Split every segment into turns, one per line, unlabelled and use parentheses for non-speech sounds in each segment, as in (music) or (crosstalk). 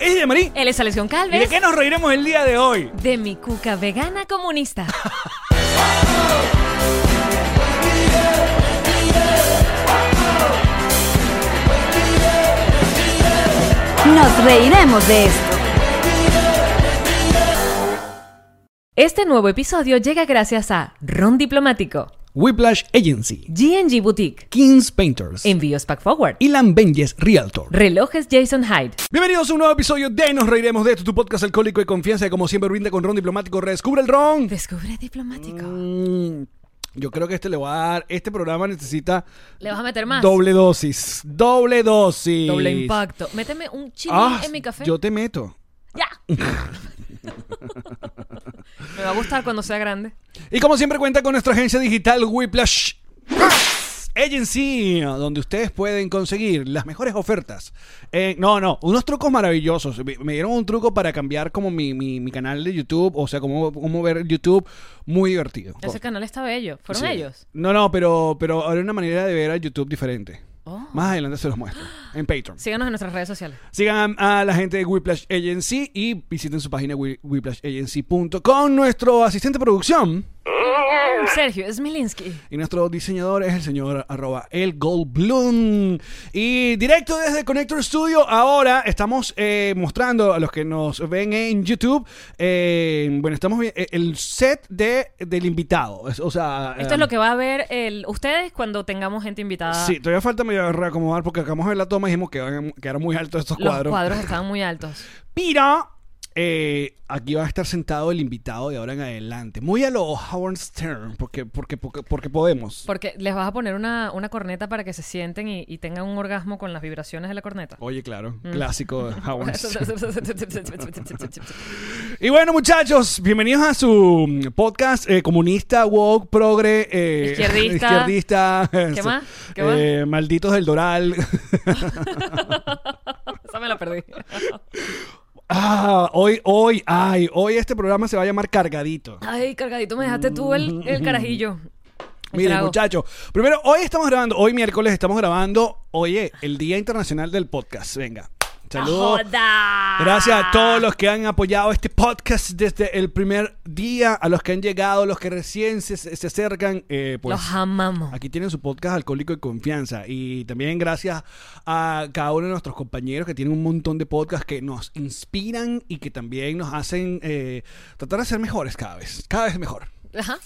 Es de Marí.
Él es Alexión
¿Y
Calves.
de qué nos reiremos el día de hoy?
De mi cuca vegana
(laughs)
comunista.
Nos reiremos de esto.
Este nuevo episodio llega gracias a Ron Diplomático,
Whiplash Agency,
GNG Boutique,
Kings Painters,
Envíos Pack Forward,
Ilan Benjes Realtor.
Relojes Jason Hyde.
Bienvenidos a un nuevo episodio de Nos Reiremos de esto, tu podcast alcohólico y confianza que como siempre brinda con Ron Diplomático. Redescubre el Ron.
Descubre Diplomático.
Mm, yo creo que este le voy a dar, este programa necesita
¿Le vas a meter más?
doble dosis, doble dosis.
Doble impacto. Méteme un chile
Ah,
en mi café.
Yo te meto.
Ya. (laughs) Me va a gustar cuando sea grande.
Y como siempre cuenta con nuestra agencia digital Whiplash Agency, donde ustedes pueden conseguir las mejores ofertas. Eh, no, no, unos trucos maravillosos. Me me dieron un truco para cambiar como mi, mi- mi canal de YouTube, o sea, cómo, cómo ver YouTube, muy divertido.
Ese canal está bello. ¿Fueron
Oh. Sí.
ellos?
No, no, pero, pero ahora hay una manera de ver a YouTube diferente.
Oh.
Más adelante se los muestro en Patreon.
Síganos en nuestras redes
(laughs)
sociales.
Sigan a, a la gente de Whiplash Agency y visiten su página whi- whiplashagency.com. Nuestro asistente de producción
Sergio Smilinski.
Y nuestro diseñador es el señor arroba el Goldblum. Y directo desde Connector Studio, ahora estamos eh, mostrando a los que nos ven en YouTube. eh, bueno, estamos vi- eh, el set de, del invitado. Es- o sea,
Esto
eh,
es lo que va a ver el, ustedes cuando tengamos gente invitada.
em, Sí, todavía falta medio reacomodar porque acabamos de ver la toma y dijimos que van- quedaron muy altos estos
Los
cuadros.
cuadros estaban muy altos.
Pero eh, aquí va a estar sentado el invitado de ahora en adelante. Muy a lo Howard Stern, porque, porque, porque, porque podemos.
Porque les vas a poner una, una corneta para que se sienten y, y tengan un orgasmo con las vibraciones de la corneta.
Oye, claro,
Mm.
clásico
(laughs)
de Howard Stern.
Eso
Y bueno, muchachos, bienvenidos a su mm, podcast eh, comunista, woke, progre, eh,
Izquierdista.
izquierdista, (laughs) eso.
más? ¿Qué más?
Eh, malditos del Doral. (laughs)
me la perdí.
ah, hoy, hoy, ay, hoy este programa se va a llamar Cargadito.
Ay, cargadito, me dejaste tú
(laughs)
el, el carajillo. El
Miren,
trago.
muchachos, primero, hoy estamos grabando, hoy miércoles estamos grabando, oye, el Día Internacional del Podcast, venga. Saludos.
¡Joda!
Gracias a todos los que han apoyado este podcast desde el primer día, a los que han llegado, los que recién se, se acercan. eh, pues,
Los amamos.
Aquí tienen su podcast Alcohólico de Confianza. Y también gracias a cada uno de nuestros compañeros que tienen un montón de podcasts que nos inspiran y que también nos hacen eh, tratar de ser mejores cada vez. Cada vez mejor.
Ajá.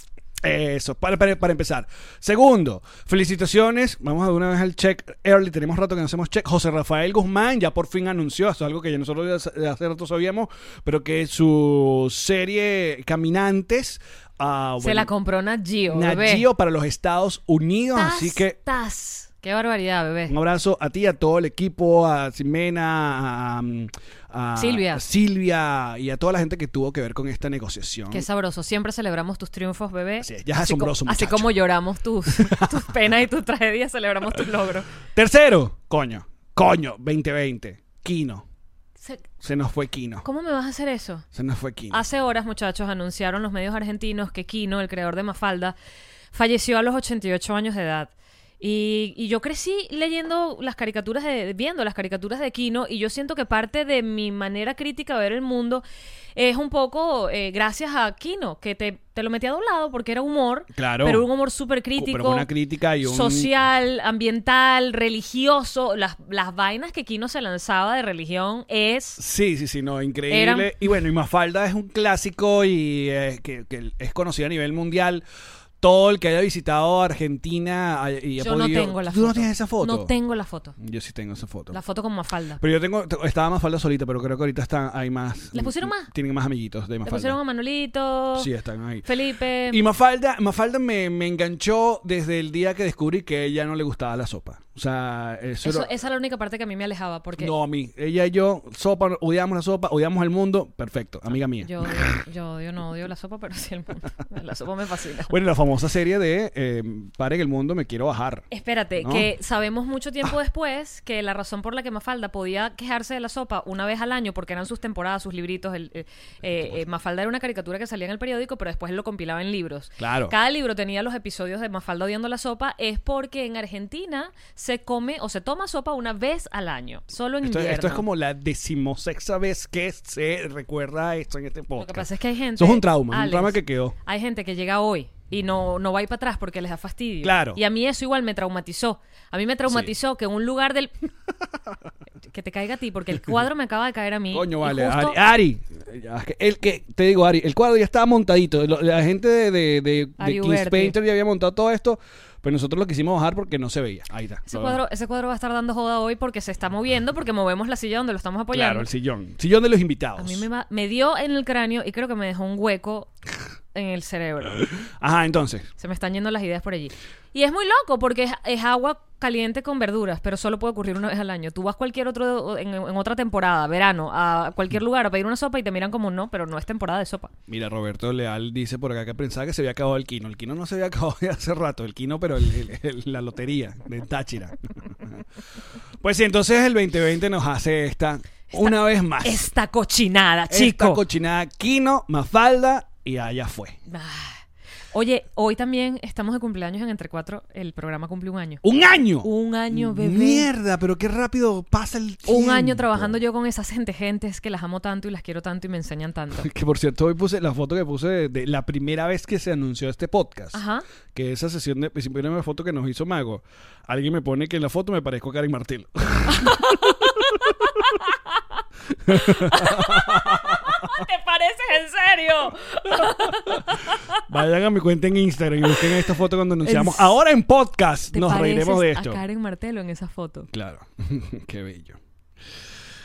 Eso, para, para, para empezar. Segundo, felicitaciones. Vamos a de una vez al check early. Tenemos rato que no hacemos check. José Rafael Guzmán ya por fin anunció, esto es algo que ya nosotros de hace- de hace rato sabíamos, pero que su serie Caminantes ah,
Se
bueno,
la compró Nat Geo,
Nat
bebé.
Geo para los Estados Unidos.
Tas,
Así que
tas. Qué barbaridad, bebé.
un abrazo a ti, a todo el equipo, a Ximena, a, um, a- a
Silvia.
Silvia y a toda la gente que tuvo que ver con esta negociación.
Qué sabroso. Siempre celebramos tus triunfos, bebé.
Así es, ya es
Así co-
asombroso,
Así
muchacho.
como lloramos
(laughs)
tus, tus penas y tus tragedias, celebramos tus logros.
Tercero, coño, coño, 2020, Kino.
Se-
Se nos fue Kino.
¿Cómo me vas a hacer eso?
Se nos fue Kino.
Hace horas, muchachos, anunciaron los medios argentinos que Kino, el creador de Mafalda, falleció a los 88 años de edad. Y, y yo crecí leyendo las caricaturas, de, viendo las caricaturas de Kino, y yo siento que parte de mi manera crítica de ver el mundo es un poco eh, gracias a Kino, que te, te lo metía de un lado porque era humor,
Claro.
pero un humor súper
Cu-
crítico.
Pero con una crítica y un...
social, ambiental, religioso, las, las vainas que Kino se lanzaba de religión es...
Sí, sí, sí, no, increíble.
Eran-
Y bueno, y Mafalda es un clásico y eh, que, que es conocido a nivel mundial. Todo el que haya visitado Argentina haya- y ha
Yo no
podido-
tengo la
¿Tú
foto.
no tienes esa foto?
No tengo la foto.
Yo sí tengo esa foto.
La foto con Mafalda.
Pero yo tengo, te- estaba Mafalda solita, pero creo que ahorita están, hay más.
¿Les pusieron más?
Tienen más amiguitos de
Le
Mafalda.
pusieron a Manolito,
Sí, están ahí.
Felipe.
Y Mafalda, Mafalda me, me enganchó desde el día que descubrí que ella no le gustaba la sopa. O sea, eso,
Eso-
era-
esa es la única parte que a mí me alejaba. Porque
No, a mí. Ella y yo, sopa, odiamos la sopa, odiamos el mundo. Perfecto, amiga mía.
yo, yo odio, no odio la sopa, pero sí el mundo. (laughs) La sopa me fascina.
Bueno, la famosa serie de eh, Pare que el mundo me quiero bajar.
Espérate,
No. Ah.
que sabemos mucho tiempo después que la razón por la que Mafalda podía quejarse de la sopa una vez al año, porque eran sus temporadas, sus libritos. el- eh, eh, eh, Mafalda era una caricatura que salía en el periódico, pero después él lo compilaba en libros.
Claro.
Cada libro tenía los episodios de Mafalda odiando la sopa, es porque en Argentina se come o se toma sopa una vez al año, solo en
Esto,
invierno.
esto es como la decimosexta vez que se recuerda esto en este podcast.
Lo que pasa es que hay gente.
Eso es un trauma, un
Alex,
trauma que quedó.
Hay gente que llega hoy y no, no va a ir para atrás porque les da fastidio.
Claro.
Y a mí eso igual me traumatizó. A mí me traumatizó que en un
(laughs)
lugar del. que te caiga a ti, porque el cuadro me acaba de caer a mí.
Coño,
y
vale.
justo-
Ari, ah, Ari, ya, es que el que, te digo, Ari, el cuadro ya estaba montadito. Lo- La gente de, de, de- de
Ari
King's
Uberti.
Painter ya había montado todo esto, pero nosotros lo quisimos bajar porque no se veía. Ahí está.
Ese
Lo-
cuadro, ese cuadro va a estar dando joda hoy porque se está moviendo, porque movemos la silla donde lo estamos apoyando.
Claro, el sillón. Sillón de los invitados.
a mí me, va- me dio en el cráneo y creo que me dejó un hueco en el cerebro.
Ajá, entonces.
Se me están yendo las ideas por allí. Y es muy loco porque es, es agua caliente con verduras, pero solo puede ocurrir una vez al año. Tú vas cualquier otro en, en otra temporada, verano, a cualquier lugar a pedir una sopa y te miran como no, pero no es temporada de sopa.
Mira, Roberto Leal dice por acá que pensaba que se había acabado el quino. El quino no se había (laughs) acabado de hace rato, el quino, pero el- el- el- la lotería de Táchira. (laughs) pues sí, entonces el 2020 nos hace esta, una vez más.
Esta cochinada,
Esta
chico.
cochinada quino, mafalda y allá fue.
Ah. Oye, hoy también estamos de cumpleaños en Entre Cuatro. El programa cumple un año.
¡Un año!
Un año, bebé.
Mierda, pero qué rápido pasa el tiempo.
Un año trabajando yo con esas gente, gentes que las amo tanto y las quiero tanto y me
(laughs)
enseñan tanto.
Que por cierto, hoy puse la foto que puse de, de la primera vez que se anunció este podcast.
Ajá.
Que esa sesión de pues, si ponen la foto que nos hizo Mago. Alguien me pone que en la foto me parezco a Karen
(laughs)
Martelo.
¿Te pareces en serio?
Vayan a mi cuenta en Instagram y busquen esta foto cuando anunciamos.
Es-
Ahora en podcast
¿Te
nos
pareces
reiremos de esto.
A Karen Martelo en esa foto.
Claro. (laughs) Qué bello.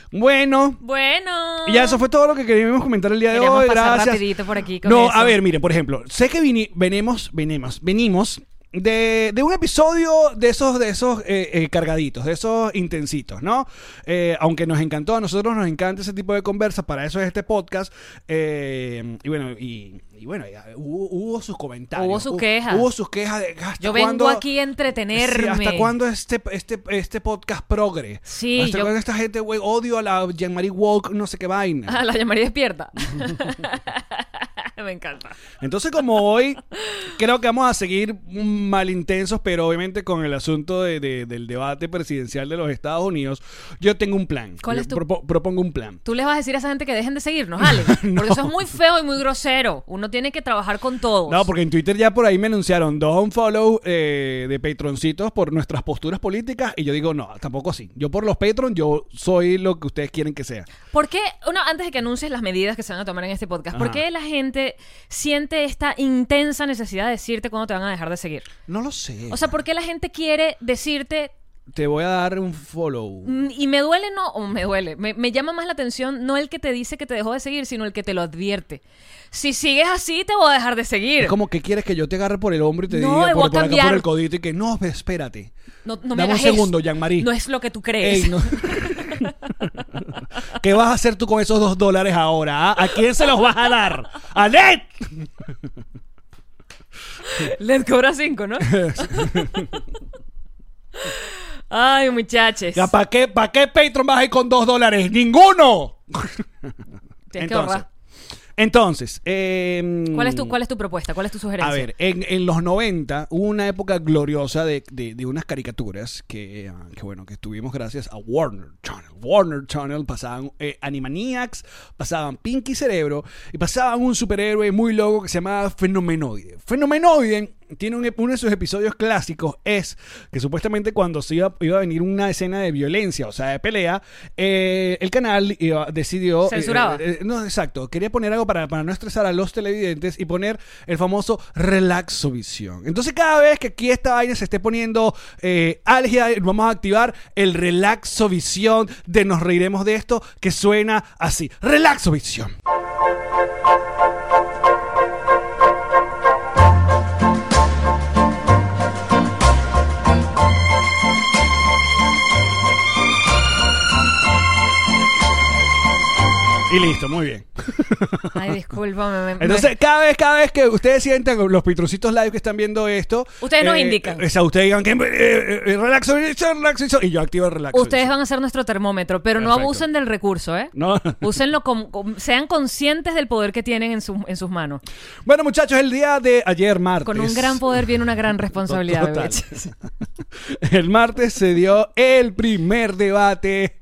Bueno,
Bueno.
y ya eso fue todo lo que queríamos comentar el día de
Queríamos
hoy.
pasar
Gracias.
rapidito por aquí con
no,
eso.
a ver, miren, por ejemplo, sé que vini- venimos, venimos, venimos de, de un episodio de esos, de esos eh, eh, cargaditos, de esos intensitos, ¿no? Eh, aunque nos encantó, a nosotros nos encanta ese tipo de conversas, para eso es este podcast. eh, y bueno, y, y bueno, ya, hubo, hubo sus comentarios.
Hubo sus
hu-
quejas.
Hubo sus quejas de "Ah, "¿Hasta
Yo vengo
cuándo-
aquí a entretenerme.
Sí, ¿Hasta
(laughs)
cuándo este, este, este podcast progre?
Sí,
¿Hasta
yo-
cuándo esta gente, güey, odio a la Jean-Marie Walk, no sé qué vaina?
Ah, la
(laughs)
llamaría despierta. me encanta.
Entonces, como hoy, creo que vamos a seguir mal intensos, pero obviamente con el asunto de- de- del debate presidencial de los Estados Unidos, yo tengo un plan.
¿Cuál
Yo
es tu-
propo- propongo un plan.
Tú les vas a decir a esa gente que dejen de seguirnos,
(laughs)
Ale. Porque eso es muy feo y muy grosero. Uno tiene que trabajar con todos.
No, porque en Twitter ya por ahí me anunciaron dos unfollow eh, de patroncitos por nuestras posturas políticas y yo digo, no, tampoco así. Yo por los patrons, yo soy lo que ustedes quieren que sea.
¿Por qué, uno, antes de que anuncies las medidas que se van a tomar en este podcast, ¿por
Ajá.
qué la gente siente esta intensa necesidad de decirte cuándo te van a dejar de seguir?
No lo sé.
O sea, ¿por qué la gente quiere decirte
Te voy a dar un follow.
mm, y me duele no, o me duele, me, me llama más la atención no el que te dice que te dejó de seguir, sino el que te lo advierte. Si sigues así, te voy a dejar de seguir.
Es como que quieres que yo te agarre por el hombro y te
No,
diga
y
por,
voy a
por acá por
cambiar.
el codito y que no, espérate.
no, no
Dame
me
un
hagas eso.
segundo, Jean-Marie.
No es lo que tú crees.
Ey, no. ¿Qué vas a hacer tú con esos dos dólares ahora? ah? ¿A quién se los vas a dar? ¡A Ned!
(laughs) Les cobra
(laughs)
cinco, ¿no? Ay, muchachos.
¿Para qué, pa' qué Patreon vas a ir con dos dólares? ¡Ninguno!
Tienes que ahorrar.
entonces eh,
¿Cuál es, tu, ¿Cuál es tu propuesta? ¿Cuál es tu sugerencia?
A ver, en, en los 90 hubo una época gloriosa de, de- de unas caricaturas que, ah, que, bueno, que tuvimos gracias a Warner Channel. Warner Channel pasaban eh, Animaniacs, pasaban Pinky Cerebro y pasaban un superhéroe muy loco que se llamaba Fenomenoide. Fenomenoide tiene un ep- uno de sus episodios clásicos es que supuestamente cuando se iba, iba a venir una escena de violencia, o sea, de pelea, eh, el canal iba- decidió... eh,
Censuraba.
eh, eh, no, exacto. Quería poner algo para, para no estresar a los televidentes y poner el famoso relaxovisión. Entonces, cada vez que aquí esta vaina se esté poniendo eh, álgida, vamos a activar el relaxovisión de Nos Reiremos de Esto, que suena así: relaxovisión. Y listo, muy bien.
Ay,
(laughs)
discúlpame. me- me-
Entonces, cada vez, cada vez que ustedes sientan los pitrucitos live que están viendo esto,
Ustedes nos indican.
O sea, ustedes digan que eh, eh, eh, relaxo, relaxo, y yo activo el relaxo.
ustedes van a ser nuestro termómetro, pero no
Perfecto.
abusen del
(laughs)
recurso, ¿eh?
No.
Úsenlo, con- con- sean conscientes del poder que tienen en, sus- en sus manos.
Bueno, muchachos, el día de ayer martes.
Con un gran poder viene
(laughs)
una gran responsabilidad.
Total.
bitches.
(laughs) El martes se dio el primer debate.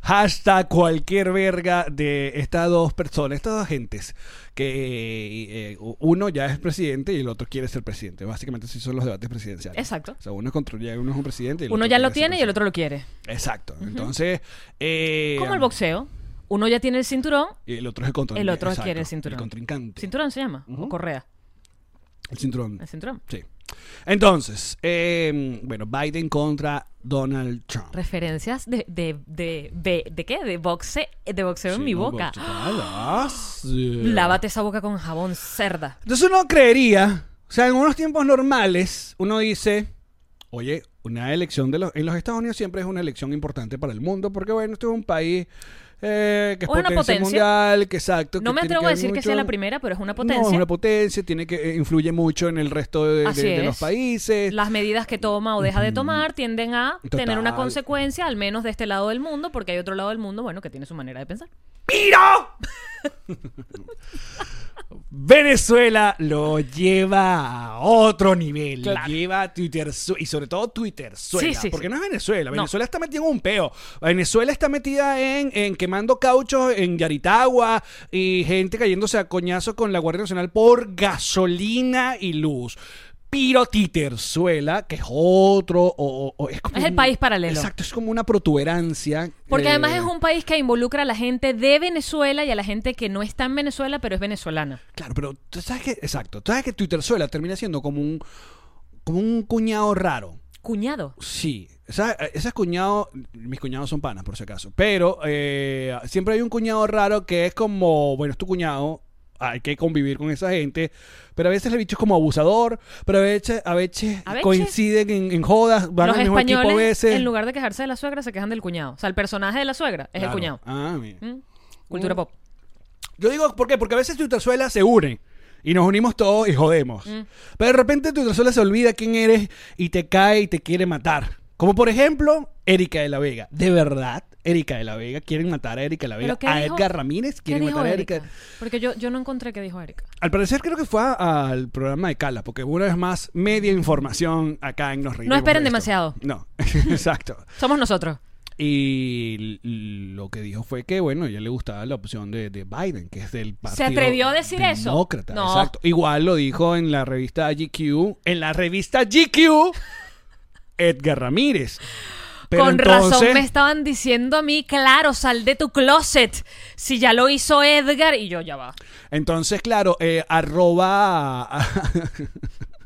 Hasta cualquier verga de estas dos personas, estas dos agentes, que eh, uno ya es presidente y el otro quiere ser presidente. Básicamente, así son los debates presidenciales.
Exacto.
O sea, uno es controlar, uno es un presidente. Y el
Uno
otro
ya lo
quiere ser
tiene y el otro lo quiere.
presidente. Exacto. Entonces. pues. eh,
Como el boxeo. Uno ya tiene el cinturón,
Y el otro es el contrincante.
el otro
exacto,
quiere el cinturón.
El contrincante.
¿Cinturón se llama? ¿O correa?
el cinturón.
El cinturón.
Sí. Entonces, eh, bueno, Biden contra Donald Trump.
Referencias de, de, de, de, de qué? De, boxe, de boxeo en
Sí,
mi
no,
boca.
total, ah, sí.
Lávate esa boca con jabón cerda.
Entonces uno creería, o sea, en unos tiempos normales, uno dice, oye, una elección de los, en los Estados Unidos siempre es una elección importante para el mundo, porque bueno, esto es un país eh, que es
Una
potencia,
potencia.
mundial, que exacto.
No
que
me
tiene
atrevo a
ver
decir que sea
mucho-
la primera, pero es
No,
una
es
potencia.
una potencia, tiene que eh, influye mucho en el resto de, de-
Así
de los
es.
países.
Las medidas que toma o deja de tomar tienden a
Total.
tener una consecuencia, al menos de este lado del mundo, porque hay otro lado del mundo, bueno, que tiene su manera de pensar.
¡Piro! Venezuela lo lleva a otro nivel. Lo
Claro.
lleva a Twitter su- y sobre todo Twitter suela.
Sí, sí,
porque
sí.
no es Venezuela.
No.
Venezuela está metida en un peo. Venezuela está metida en, en quemando cauchos en Yaritagua y gente cayéndose a coñazo con la Guardia Nacional por gasolina y luz. Piro Titerzuela, que es otro. o- o- o- como
Es el
un-
país paralelo.
Exacto, es como una protuberancia.
Porque
eh,
además es un país que involucra a la gente de Venezuela y a la gente que no está en Venezuela, pero es venezolana.
Claro, pero tú sabes que, exacto, tú sabes que Twitterzuela termina siendo como un, como un cuñado raro.
Cuñado.
Sí, esa- esos cuñados, mis cuñados son panas por si acaso, pero eh, siempre hay un cuñado raro que es como, bueno, es tu cuñado, hay que convivir con esa gente, pero a veces el bicho es como abusador, pero a veces, a veces
A veces.
coinciden en, en jodas, van
Los
al mismo equipo a
españoles,
veces.
en lugar de quejarse de la suegra, se quejan del cuñado. O sea, el personaje de la suegra es el
Claro. Uh,
cuñado.
Ah, mira.
¿Mm? Cultura pop.
Yo digo, ¿por qué? Porque a veces Twitterzuela se une y nos unimos todos y jodemos.
Mm.
Pero de repente Twitterzuela se olvida quién eres y te cae y te quiere matar. Como por ejemplo, Erika de la Vega. De verdad, Erika de la Vega. Quieren matar a Erika de la Vega.
¿Pero qué
A
dijo-
Edgar Ramírez
¿Qué
quieren
dijo
matar a Erika.
Erika? Porque yo, yo no encontré qué dijo Erika.
Al parecer creo que fue a- al programa de Cala, porque una vez más, media información acá en Nos Reiremos de
esperen
Esto.
demasiado.
No, (laughs) exacto.
Somos nosotros.
Y l- lo que dijo fue que, bueno, a ella le gustaba la opción de, de Biden, que es del partido
atrevió a decir eso?
demócrata,
No.
exacto. Igual lo dijo en la revista GQ, en la revista
(laughs)
GQ, Edgar Ramírez. Pero
Con razón
entonces-
me estaban diciendo a mí, claro, sal de tu closet. Si ya lo hizo Edgar y yo ya va.
Entonces, claro, eh, arroba. (laughs)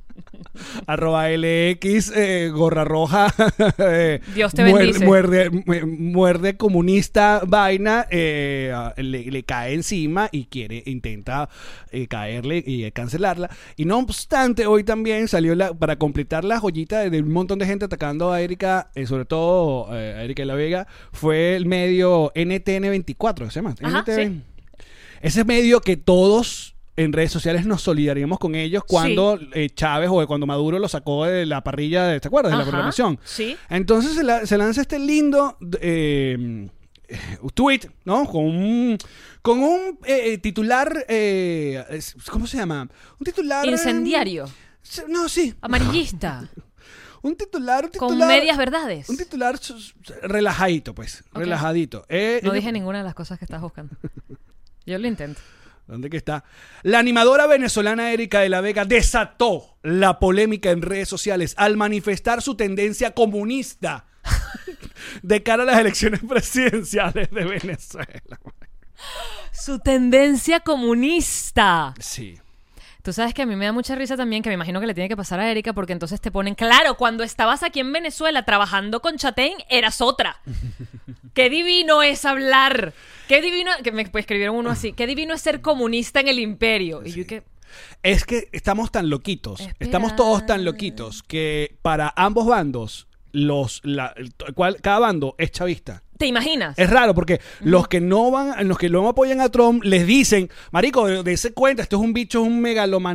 arroba LX, eh, gorra roja. (laughs) eh,
Dios te
muer-
bendice.
Muerde, mu- muerde comunista vaina, eh, ah, le, le cae encima y quiere, intenta eh, caerle y eh, cancelarla. Y no obstante, hoy también salió la, para completar la joyita de, de un montón de gente atacando a Erika, eh, sobre todo eh, a Erika de la Vega, fue el medio NTN24, ¿se llama?
Ajá,
NTN.
sí.
Ese medio que todos en redes sociales nos solidaríamos con ellos cuando eh, Chávez o cuando Maduro lo sacó de la parrilla, de, ¿te acuerdas? De la
Ajá,
programación.
sí.
Entonces se, la- se lanza este lindo eh, eh, tweet, ¿no? Con un, con un eh, eh, titular, eh, es- ¿cómo se llama? Un titular...
Incendiario,
Sí, No, sí. (laughs)
amarillista,
Un titular, un titular...
con medias verdades.
Un titular su- su- relajadito, pues.
Ok.
Relajadito. Eh,
No
eh,
dije ninguna de las cosas que estás (laughs) buscando. Yo lo intento.
¿Dónde que está? La animadora venezolana Erika de la Vega desató la polémica en redes sociales al manifestar su tendencia comunista de cara a las elecciones presidenciales de Venezuela.
Su tendencia comunista.
Sí.
Tú sabes que a mí me da mucha risa también, que me imagino que le tiene que pasar a Erika, porque entonces te ponen, claro, cuando estabas aquí en Venezuela trabajando con Chatein, eras (laughs) otra. Qué divino es hablar. Qué divino, que me pues, escribieron uno así, qué divino es ser comunista en el imperio. Y yo que,
Es que estamos tan loquitos,
Espera.
estamos todos tan loquitos que para ambos bandos los la- el- cual- cada bando es chavista.
¿Te imaginas?
Es raro porque los que no van, los que no apoyan a Trump les dicen, marico, de, de ese cuenta, esto es un bicho, es un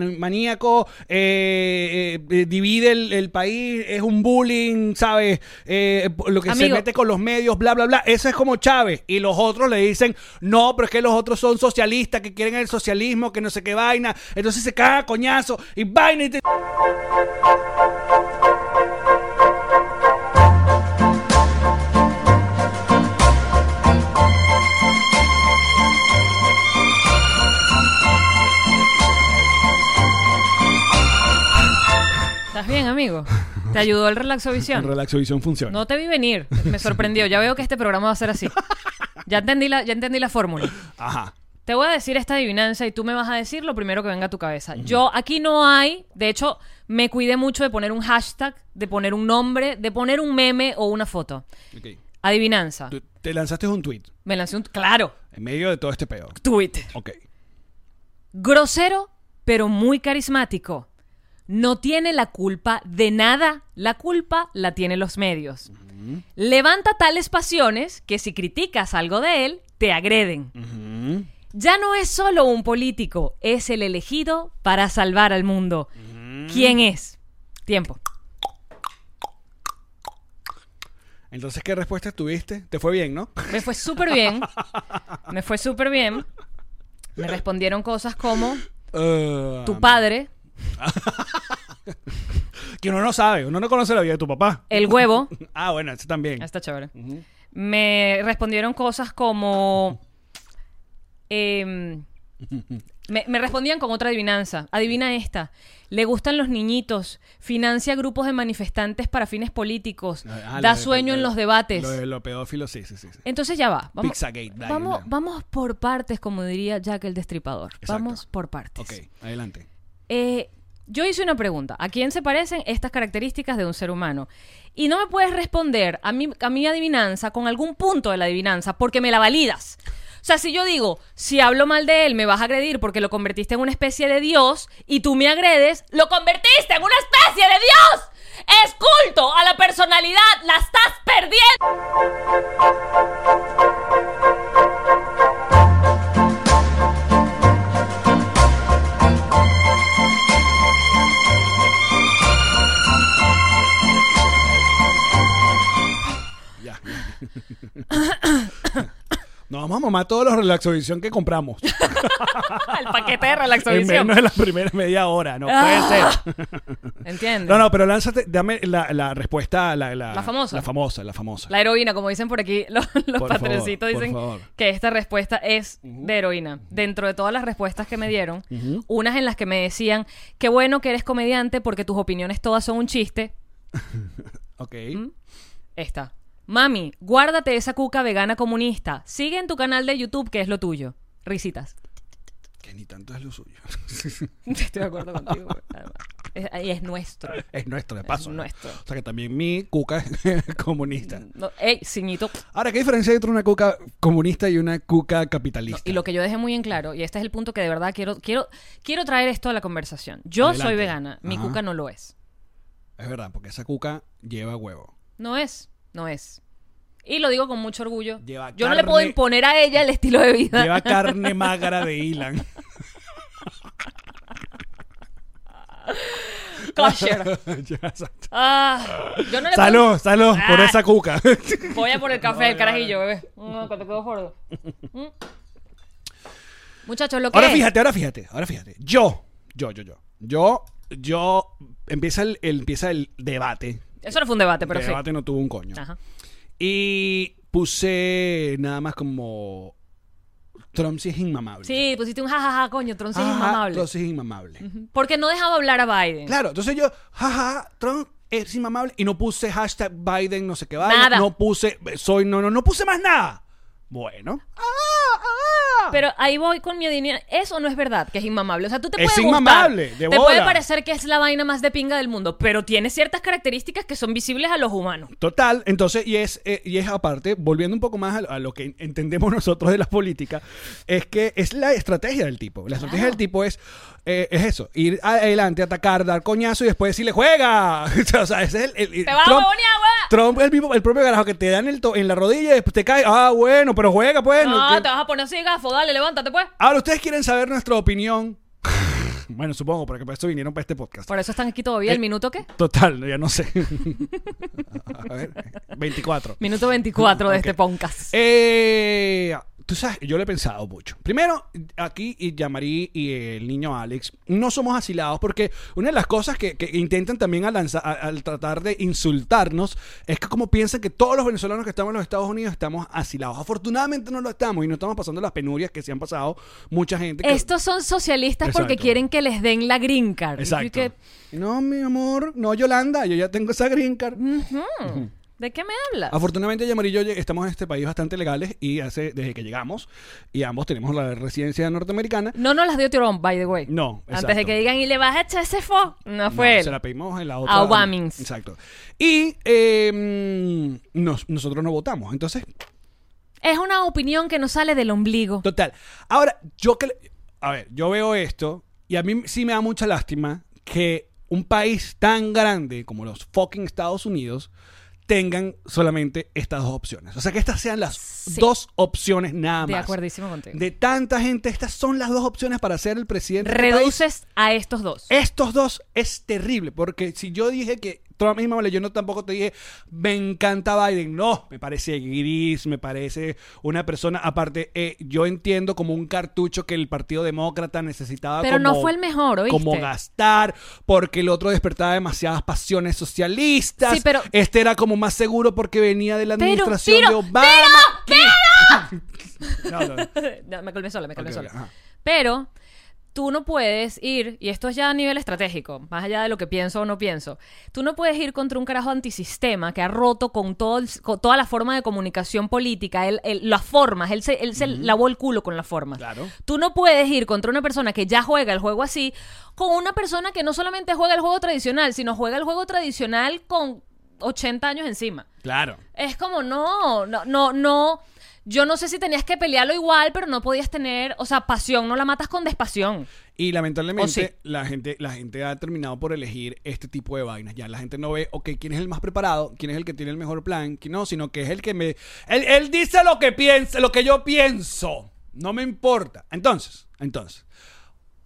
megalomaníaco, eh, eh, eh, divide el, el país, es un bullying, ¿sabes? Eh, lo que se
Amigo.
mete con los medios, bla, bla, bla. Ese es como Chávez. Y los otros le dicen, no, pero es que los otros son socialistas, que quieren el socialismo, que no sé qué vaina. Entonces se caga coñazo y vaina y te-
¿Estás bien, amigo? ¿Te ayudó el relaxo visión?
Relaxovisión funciona.
No te vi venir. Me sorprendió. Ya veo que este programa va a ser así. Ya entendí la, ya entendí la fórmula.
Ajá.
Te voy a decir esta adivinanza y tú me vas a decir lo primero que venga a tu cabeza. Yo aquí no hay, de hecho, me cuidé mucho de poner un hashtag, de poner un nombre, de poner un meme o una foto. Adivinanza.
Tú- te lanzaste un tweet
Me lancé un claro,
en medio de todo este pedo.
Twitter.
Ok.
Grosero, pero muy carismático. No tiene la culpa de nada. La culpa la tienen los medios. Levanta tales pasiones que si criticas algo de él, te agreden. Ya no es solo un político, es el elegido para salvar al mundo.
Mm.
¿Quién es? Tiempo.
Entonces, ¿qué respuesta tuviste? Te fue bien, ¿no?
Me fue súper bien. Me fue súper bien. Me respondieron cosas como
Eh,
tu padre,
Que uno no sabe, uno no conoce la vida de tu papá.
el huevo.
(laughs) Ah, bueno, ese también.
Está chévere. Me respondieron cosas como. em, me, me respondían con otra adivinanza. Adivina esta. Le gustan los niñitos. Financia grupos de manifestantes para fines políticos.
Ah,
da
lo de-
sueño
lo
en
de-
los debates.
Lo de los pedófilos, sí, sí, sí. sí.
Entonces ya va. Vamos,
Pizzagate, dale,
vamos,
dale.
vamos por partes, como diría Jack el Destripador.
Exacto.
Vamos por partes.
Ok, adelante.
Eh, yo hice una pregunta. ¿A quién se parecen estas características de un ser humano? Y no me puedes responder a mi, a mi adivinanza con algún punto de la adivinanza porque me la validas. O sea, si yo digo, si hablo mal de él, me vas a agredir porque lo convertiste en una especie de Dios y tú me agredes, lo convertiste en una especie de Dios. Es culto a la personalidad, la estás perdiendo.
Ya. (laughs) Nos vamos a mamar todos los relaxovisión que
(laughs)
compramos.
El paquete de
en
relaxovisión.
menos de la primera media hora, no puede
Ah.
ser.
¿Entiendes?
No, no, pero lánzate, dame la, la respuesta, la, la,
La famosa.
La famosa, la famosa.
La heroína, como dicen por aquí (laughs) los, los
Por
patroncitos,
favor, por
dicen
favor.
que esta respuesta es de heroína. Dentro de todas las respuestas que me dieron, unas en las que me decían, qué bueno que eres comediante porque tus opiniones todas son un chiste.
Ok.
Mm. Esta. Mami, guárdate esa cuca vegana comunista. Sigue en tu canal de YouTube que es lo tuyo. Risitas.
(laughs) Que ni tanto es lo suyo. (laughs)
Estoy de acuerdo contigo. además. Es, y es nuestro.
es nuestro, de pues, paso. ¿no?
nuestro.
O sea que también mi cuca (laughs) es comunista.
No, ey, ciñito.
Ahora, ¿qué diferencia hay entre una cuca comunista y una cuca capitalista?
Y lo que yo dejé muy en claro, y este es el punto que de verdad quiero, quiero, quiero traer esto a la conversación. Yo soy
Adelante.
vegana, mi
Ajá.
cuca no lo es.
Es verdad, porque esa cuca lleva huevo.
No es, no es. Y lo digo con mucho orgullo.
Lleva
yo no le puedo
carne.
imponer a ella el estilo de vida. (laughs)
Lleva carne magra de Ilan.
Kosher.
(laughs) Ya, exacto.
Ah, yo no le
salud, salud
Ah.
por esa cuca. (laughs)
puedo- Voy a por el café, el carajillo, bebé. No, que te quedo gordo. Mm. Muchachos, lo que
ahora
es-
fíjate, ahora fíjate, ahora fíjate. Yo, yo, yo, yo. Yo, yo. Empieza el, el- empieza el debate.
Eso no fue un debate, pero
el
sí. Ah.
debate no tuvo un coño.
Ajá.
Y puse nada más como. Trump sí es inmamable.
Sí, pusiste un jajaja, coño, Trump sí es
Ajá,
inmamable.
Trump sí es inmamable.
Porque no dejaba hablar a Biden.
Claro, entonces yo, jaja, Trump es inmamable y no puse hashtag Biden, no sé qué vaina,
Nada.
no puse, eh, soy, no, no, no puse más nada. Bueno. Ah,
Pero ahí voy con mi línea. Eso no es verdad, que es inmamable. O sea, tú te
Es
puedes
inmamable,
gustar,
de
Te puede
bola.
parecer que es la vaina más de pinga del mundo, pero tiene ciertas características que son visibles a los humanos.
Total, entonces, y es, eh, y es aparte, volviendo un poco más a, a lo que entendemos (laughs) nosotros de la política, es que es la estrategia del tipo. La estrategia del tipo es, eh, es eso, ir adelante, atacar, dar coñazo y después decirle, ¡juega! (laughs) o sea, ese es el... el- el
¡Te vas a huevonear, hueva!
Trump es el, mismo- el propio carajo que te dan el to- en la rodilla y después te cae, ¡ah, bueno, pero juega, pues!
No,
que-
te vas a poner así, gafo, dale, levántate, pues.
Ahora, ¿ustedes quieren saber nuestra opinión? (laughs) bueno, supongo, porque por eso vinieron para este podcast.
Por eso están aquí todavía.
Eh,
¿El minuto qué?
Total, ya no sé. (laughs) a ver, 24.
Minuto 24 de
Ok.
este podcast.
Eh, tú sabes, yo lo he pensado mucho. Primero, aquí y Yamari y el niño Alex no somos asilados porque una de las cosas que, que intentan también al, lanza- a- al tratar de insultarnos es que como piensan que todos los venezolanos que estamos en los Estados Unidos estamos asilados. Afortunadamente no lo estamos y no estamos pasando las penurias que se han pasado mucha gente. que-
Estos son socialistas porque
Exacto.
quieren que les den la green card. Y
Exacto.
que,
No, mi amor, no, Yolanda, yo ya tengo esa green card.
hmm, ¿De qué me hablas?
Afortunadamente, Yamari y yo lleg- estamos en este país bastante legales y hace desde que llegamos y ambos tenemos la residencia norteamericana.
No nos las dio Trump, by the way.
No,
Antes
exacto.
de que digan, ¿y le vas a echar ese fo? No
No,
fue él.
se la pedimos en la otra.
A Obamins.
Exacto. Y eh, mm, nos- nosotros no votamos. Entonces,
Es una opinión que no sale del ombligo.
total. Ahora, yo que. le- A ver, yo veo esto y a mí sí me da mucha lástima que un país tan grande como los fucking Estados Unidos tengan solamente estas dos opciones. O sea, que estas sean las
Sí.
dos opciones nada
De
más.
acuerdísimo contigo.
De tanta gente, estas son las dos opciones para ser el presidente. del país. Eh.
Reduces a estos dos.
Estos dos es terrible, porque si yo dije que Trump misma yo no tampoco te dije, me encanta Biden. No, me parece gris, me parece una persona. Aparte, eh, yo entiendo como un cartucho que el Partido Demócrata necesitaba.
Pero no
como-
fue el mejor, ¿oíste?
Como gastar, porque el otro despertaba demasiadas pasiones socialistas.
Sí, pero-
este era como más seguro porque venía de la
Pero,
administración
tiro,
de Obama. (laughs) No, no, no.
(laughs) No, me colmé sola, me colmé
Ok,
sola.
ok, ajá.
Pero tú no puedes ir, y esto es ya a nivel estratégico, más allá de lo que pienso o no pienso, tú no puedes ir contra un carajo antisistema que ha roto con, todo el- con toda la forma de comunicación política, él- él- las formas, él se, él se lavó el culo con las formas.
Claro.
Tú no puedes ir contra una persona que ya juega el juego así, con una persona que no solamente juega el juego tradicional, sino juega el juego tradicional con 80 años encima.
Claro.
Es como, no, no, no, no. Yo no sé si tenías que pelearlo igual, pero no podías tener, o sea, pasión, no la matas con despasión.
Y lamentablemente
O sí.
la, gente, la gente ha terminado por elegir este tipo de vainas. Ya la gente no ve, ok, quién es el más preparado, quién es el que tiene el mejor plan, quién no, sino que es el que me... Él, él dice lo que piensa, lo que yo pienso. No me importa. Entonces, entonces,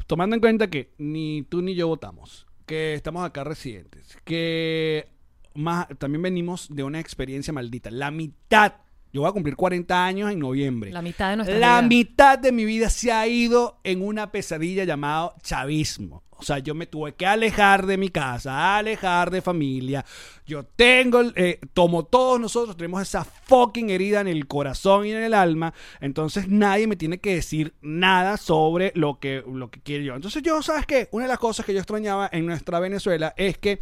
tomando en cuenta que ni tú ni yo votamos, que estamos acá residentes, que más, también venimos de una experiencia maldita. La mitad, yo voy a cumplir 40 años en noviembre.
La mitad de nuestra
La
vida.
mitad de mi vida se ha ido en una pesadilla llamado chavismo. O sea, yo me tuve que alejar de mi casa, alejar de familia. Yo tengo, el- eh, como todos nosotros, tenemos esa fucking herida en el corazón y en el alma. Entonces nadie me tiene que decir nada sobre lo que, lo que quiero yo. Entonces yo, ¿sabes qué? Una de las cosas que yo extrañaba en nuestra Venezuela es que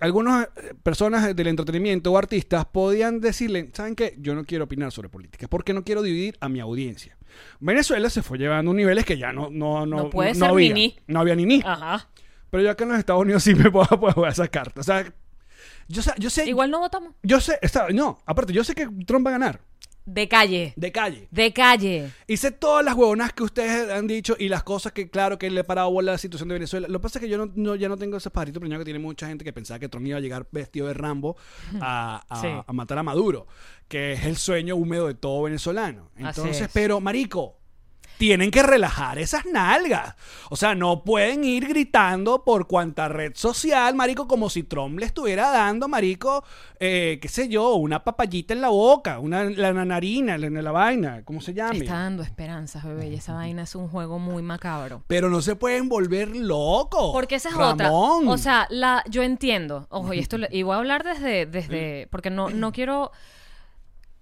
algunas eh, personas del entretenimiento o artistas podían decirle, ¿saben qué? Yo no quiero opinar sobre política porque no quiero dividir a mi audiencia. Venezuela se fue llevando a niveles que ya no no no
No puede
no
ser Ah.
había,
niní.
no había ni ni.
Ajá.
Pero yo acá en los Estados Unidos sí me (laughs) puedo, puedo sacar. O sea, yo, sa- yo sé
Igual no votamos.
yo sé, está- no, aparte yo sé que Trump va a ganar
De calle.
de calle.
De calle.
Hice todas las huevonas que ustedes han dicho y las cosas que, claro, que le he parado bola a la situación de Venezuela. Lo que pasa es que yo no, no- ya no tengo ese pajarito preñado que tiene mucha gente que pensaba que Trump iba a llegar vestido de
(laughs)
Rambo a, a-
Sí.
a matar a Maduro, que es el sueño húmedo de todo venezolano.
Así
Entonces,
es.
pero, marico, tienen que relajar esas nalgas. O sea, no pueden ir gritando por cuanta red social, marico, como si Trump le estuviera dando, marico, eh, qué sé yo, una papayita en la boca, una, la nanarina, la, la vaina, ¿cómo se
Te
llama?
está dando esperanzas, bebé. Y esa vaina es un juego muy macabro.
Pero no se pueden volver locos.
Porque esa es
Ramón.
otra. O sea, la, yo entiendo. Ojo, y esto lo- y voy a hablar desde, desde. Porque no, no quiero.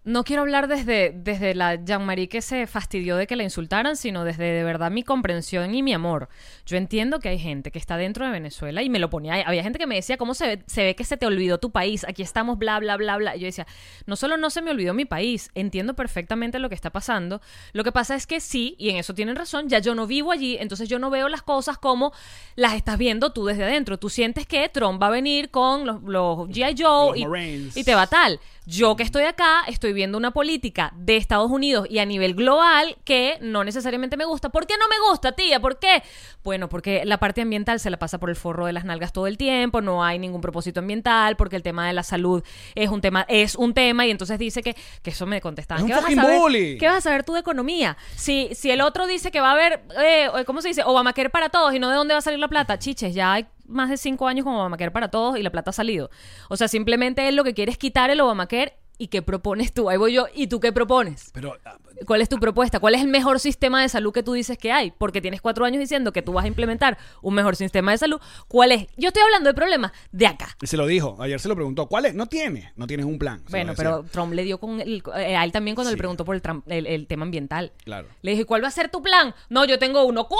no quiero hablar desde, desde la Jean-Marie que se fastidió de que la insultaran, sino desde de verdad mi comprensión y mi amor. Yo entiendo que hay gente que está dentro de Venezuela y me lo ponía. Había gente que me decía, ¿cómo se ve, se ve que se te olvidó tu país? Aquí estamos, bla, bla, bla, bla. Y Yo decía, no solo no se me olvidó mi país, entiendo perfectamente lo que está pasando. Lo que pasa es que sí, y en eso tienen razón, ya yo no vivo allí, entonces yo no veo las cosas como las estás viendo tú desde adentro. Tú sientes que Trump va a venir con los, los G.I. Joe
Los
y-
Marines.
y te va fatal. Yo que estoy acá, estoy viendo una política de Estados Unidos y a nivel global que no necesariamente me gusta. ¿Por qué no me gusta, tía? ¿Por qué? Bueno, porque la parte ambiental se la pasa por el forro de las nalgas todo el tiempo, no hay ningún propósito ambiental, porque el tema de la salud es un tema, es un tema, y entonces dice que, que eso me contestaban.
Es un
¿Qué vas a
fucking
saber?
bully.
¿Qué vas a saber tú de economía? Si, si el otro dice que va a haber, eh, ¿cómo se dice? Obamacare para todos y no de dónde va a salir la plata. Chiches, ya hay más de cinco años con Obamacare para todos y la plata ha salido. O sea, simplemente él lo que quiere es quitar el Obamacare y ¿qué propones tú? Ahí voy yo. ¿Y tú qué propones?
Pero ah,
¿Cuál es tu propuesta? ¿Cuál es el mejor sistema de salud que tú dices que hay? Porque tienes cuatro años diciendo que tú vas a implementar un mejor sistema de salud. ¿Cuál es? Yo estoy hablando de problemas de acá.
y se lo dijo, ayer se lo preguntó, ¿cuál es? No tiene, no tienes un plan. se lo
Bueno,
decía.
pero Trump le dio con el- eh, a él también cuando le
Sí.
preguntó por el, tram- el- el tema ambiental.
Claro.
Le dije, ¿cuál va a ser tu plan? No, yo tengo uno. ¿Cuál?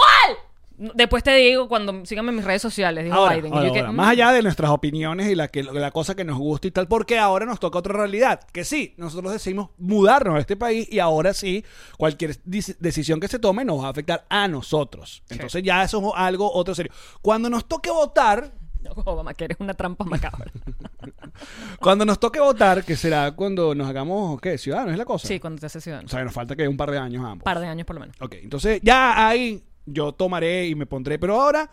No, Después te digo cuando síganme en mis redes sociales, dijo
Ahora,
Biden. Y
ahora,
yo que,
ahora,
mm,
más allá de nuestras opiniones y la, que, la cosa que nos gusta y tal, porque ahora nos toca otra realidad, que sí, nosotros decidimos mudarnos a este país y ahora sí, cualquier dis- decisión que se tome nos va a afectar a nosotros. Entonces ya eso es algo otro serio. Cuando nos toque votar,
"Mm, no, Obama, que eres una trampa
(laughs)
macabra.
cuando nos toque votar, que será cuando nos hagamos, ¿qué? Ciudadanos es la cosa.
sí, cuando te haces ciudadano.
O sea, que nos falta que un par de años a ambos.
Un par de años por lo menos.
Ok, entonces ya ahí yo tomaré y me pondré, pero ahora...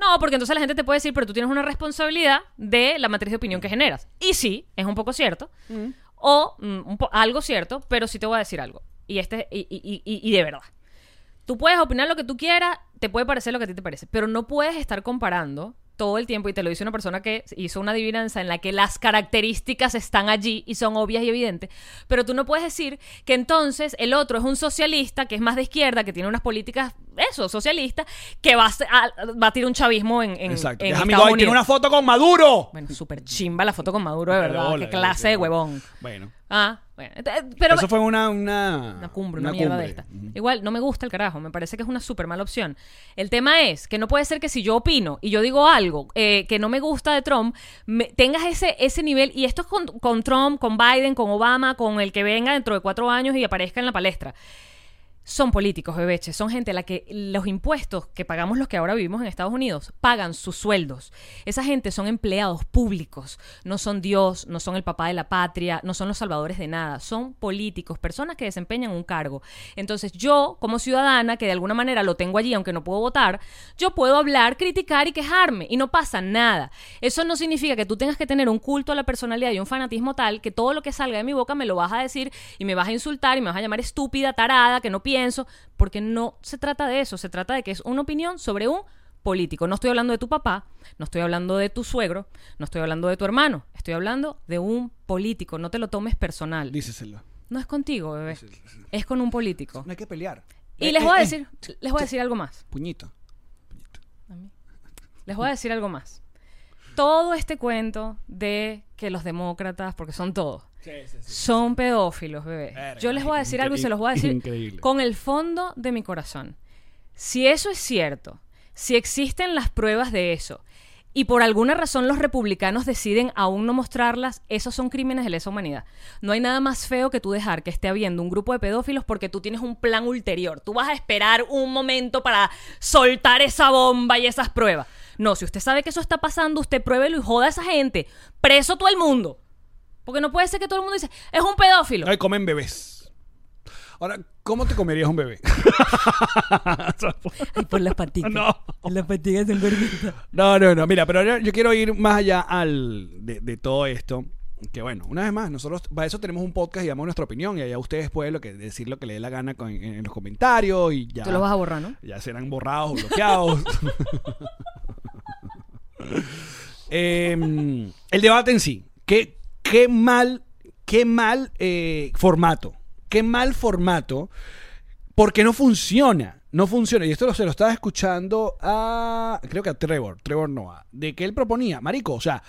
No, porque entonces la gente te puede decir, pero tú tienes una responsabilidad de la matriz de opinión que generas. Y sí, es un poco cierto. O mm, un po- algo cierto, pero sí te voy a decir algo. Y, este, y, y- y- y- y de verdad. Tú puedes opinar lo que tú quieras, te puede parecer lo que a ti te parece, pero no puedes estar comparando todo el tiempo, y te lo dice una persona que hizo una adivinanza en la que las características están allí y son obvias y evidentes, pero tú no puedes decir que entonces el otro es un socialista que es más de izquierda, que tiene unas políticas, eso, socialista, que va a, ser- a- va a tirar un chavismo en, en,
Exacto.
en
Es amigo,
Estados
ahí tiene
Unidos.
una foto con Maduro.
Bueno, súper chimba la foto con Maduro, de
Pero
verdad,
hola,
qué clase de
bueno.
huevón.
Bueno.
Ah, bueno, ent- eh, pero...
Eso fue una... Una,
Una cumbre, una, mierda de esta.
cumbre.
Igual, no me gusta el carajo, me parece que es una súper mala opción. El tema es que no puede ser que si yo opino y yo digo algo eh, que no me gusta de Trump, me- tengas ese, ese nivel, y esto es con, con Trump, con Biden, con Obama, con el que venga dentro de cuatro años y aparezca en la palestra. Son políticos, bebeche, son gente a la que los impuestos que pagamos los que ahora vivimos en Estados Unidos pagan sus sueldos. Esa gente son empleados públicos, no son Dios, no son el papá de la patria, no son los salvadores de nada, son políticos, personas que desempeñan un cargo. Entonces yo, como ciudadana, que de alguna manera lo tengo allí, aunque no puedo votar, yo puedo hablar, criticar y quejarme y no pasa nada. Eso no significa que tú tengas que tener un culto a la personalidad y un fanatismo tal que todo lo que salga de mi boca me lo vas a decir y me vas a insultar y me vas a llamar estúpida, tarada, que no pienso, porque no se trata de eso, se trata de que es una opinión sobre un político. No estoy hablando de tu papá, no estoy hablando de tu suegro, no estoy hablando de tu hermano, estoy hablando de un político, no te lo tomes personal.
Díceselo.
No es contigo, bebé, es con un político.
No hay que pelear.
Y
Eh,
les
eh,
voy a
eh.
decir, les voy a decir algo más.
Puñito.
Les voy a decir algo más. Todo este cuento de que los demócratas, porque son todos, son pedófilos, bebé.
Verga,
Yo les voy a decir algo y se los voy a decir
increíble.
con el fondo de mi corazón. Si eso es cierto, si existen las pruebas de eso, y por alguna razón los republicanos deciden aún no mostrarlas, esos son crímenes de lesa humanidad. No hay nada más feo que tú dejar que esté habiendo un grupo de pedófilos porque tú tienes un plan ulterior. Tú vas a esperar un momento para soltar esa bomba y esas pruebas. No, si usted sabe que eso está pasando, usted pruébelo y joda a esa gente. Preso todo el mundo. Porque no puede ser que todo el mundo dice, es un pedófilo.
No, y comen bebés. Ahora, ¿cómo te comerías un bebé?
Y por las
(laughs)
patitas.
No.
Las patitas son gorditas.
No, no, no. Mira, pero ahora yo quiero ir más allá al de, de todo esto. Que bueno, una vez más, nosotros para eso tenemos un podcast y damos nuestra opinión. Y allá ustedes pueden lo que, decir lo que le dé la gana con- en, en los comentarios y ya.
Tú los vas a borrar, ¿no?
Ya serán borrados, bloqueados. (laughs) Em, el debate en sí. Qué, qué mal, qué mal eh, formato. Qué mal formato. Porque no funciona. No funciona. Y esto lo- se lo estaba escuchando a. Creo que a Trevor. Trevor Noah. De que él proponía. Marico, o sea.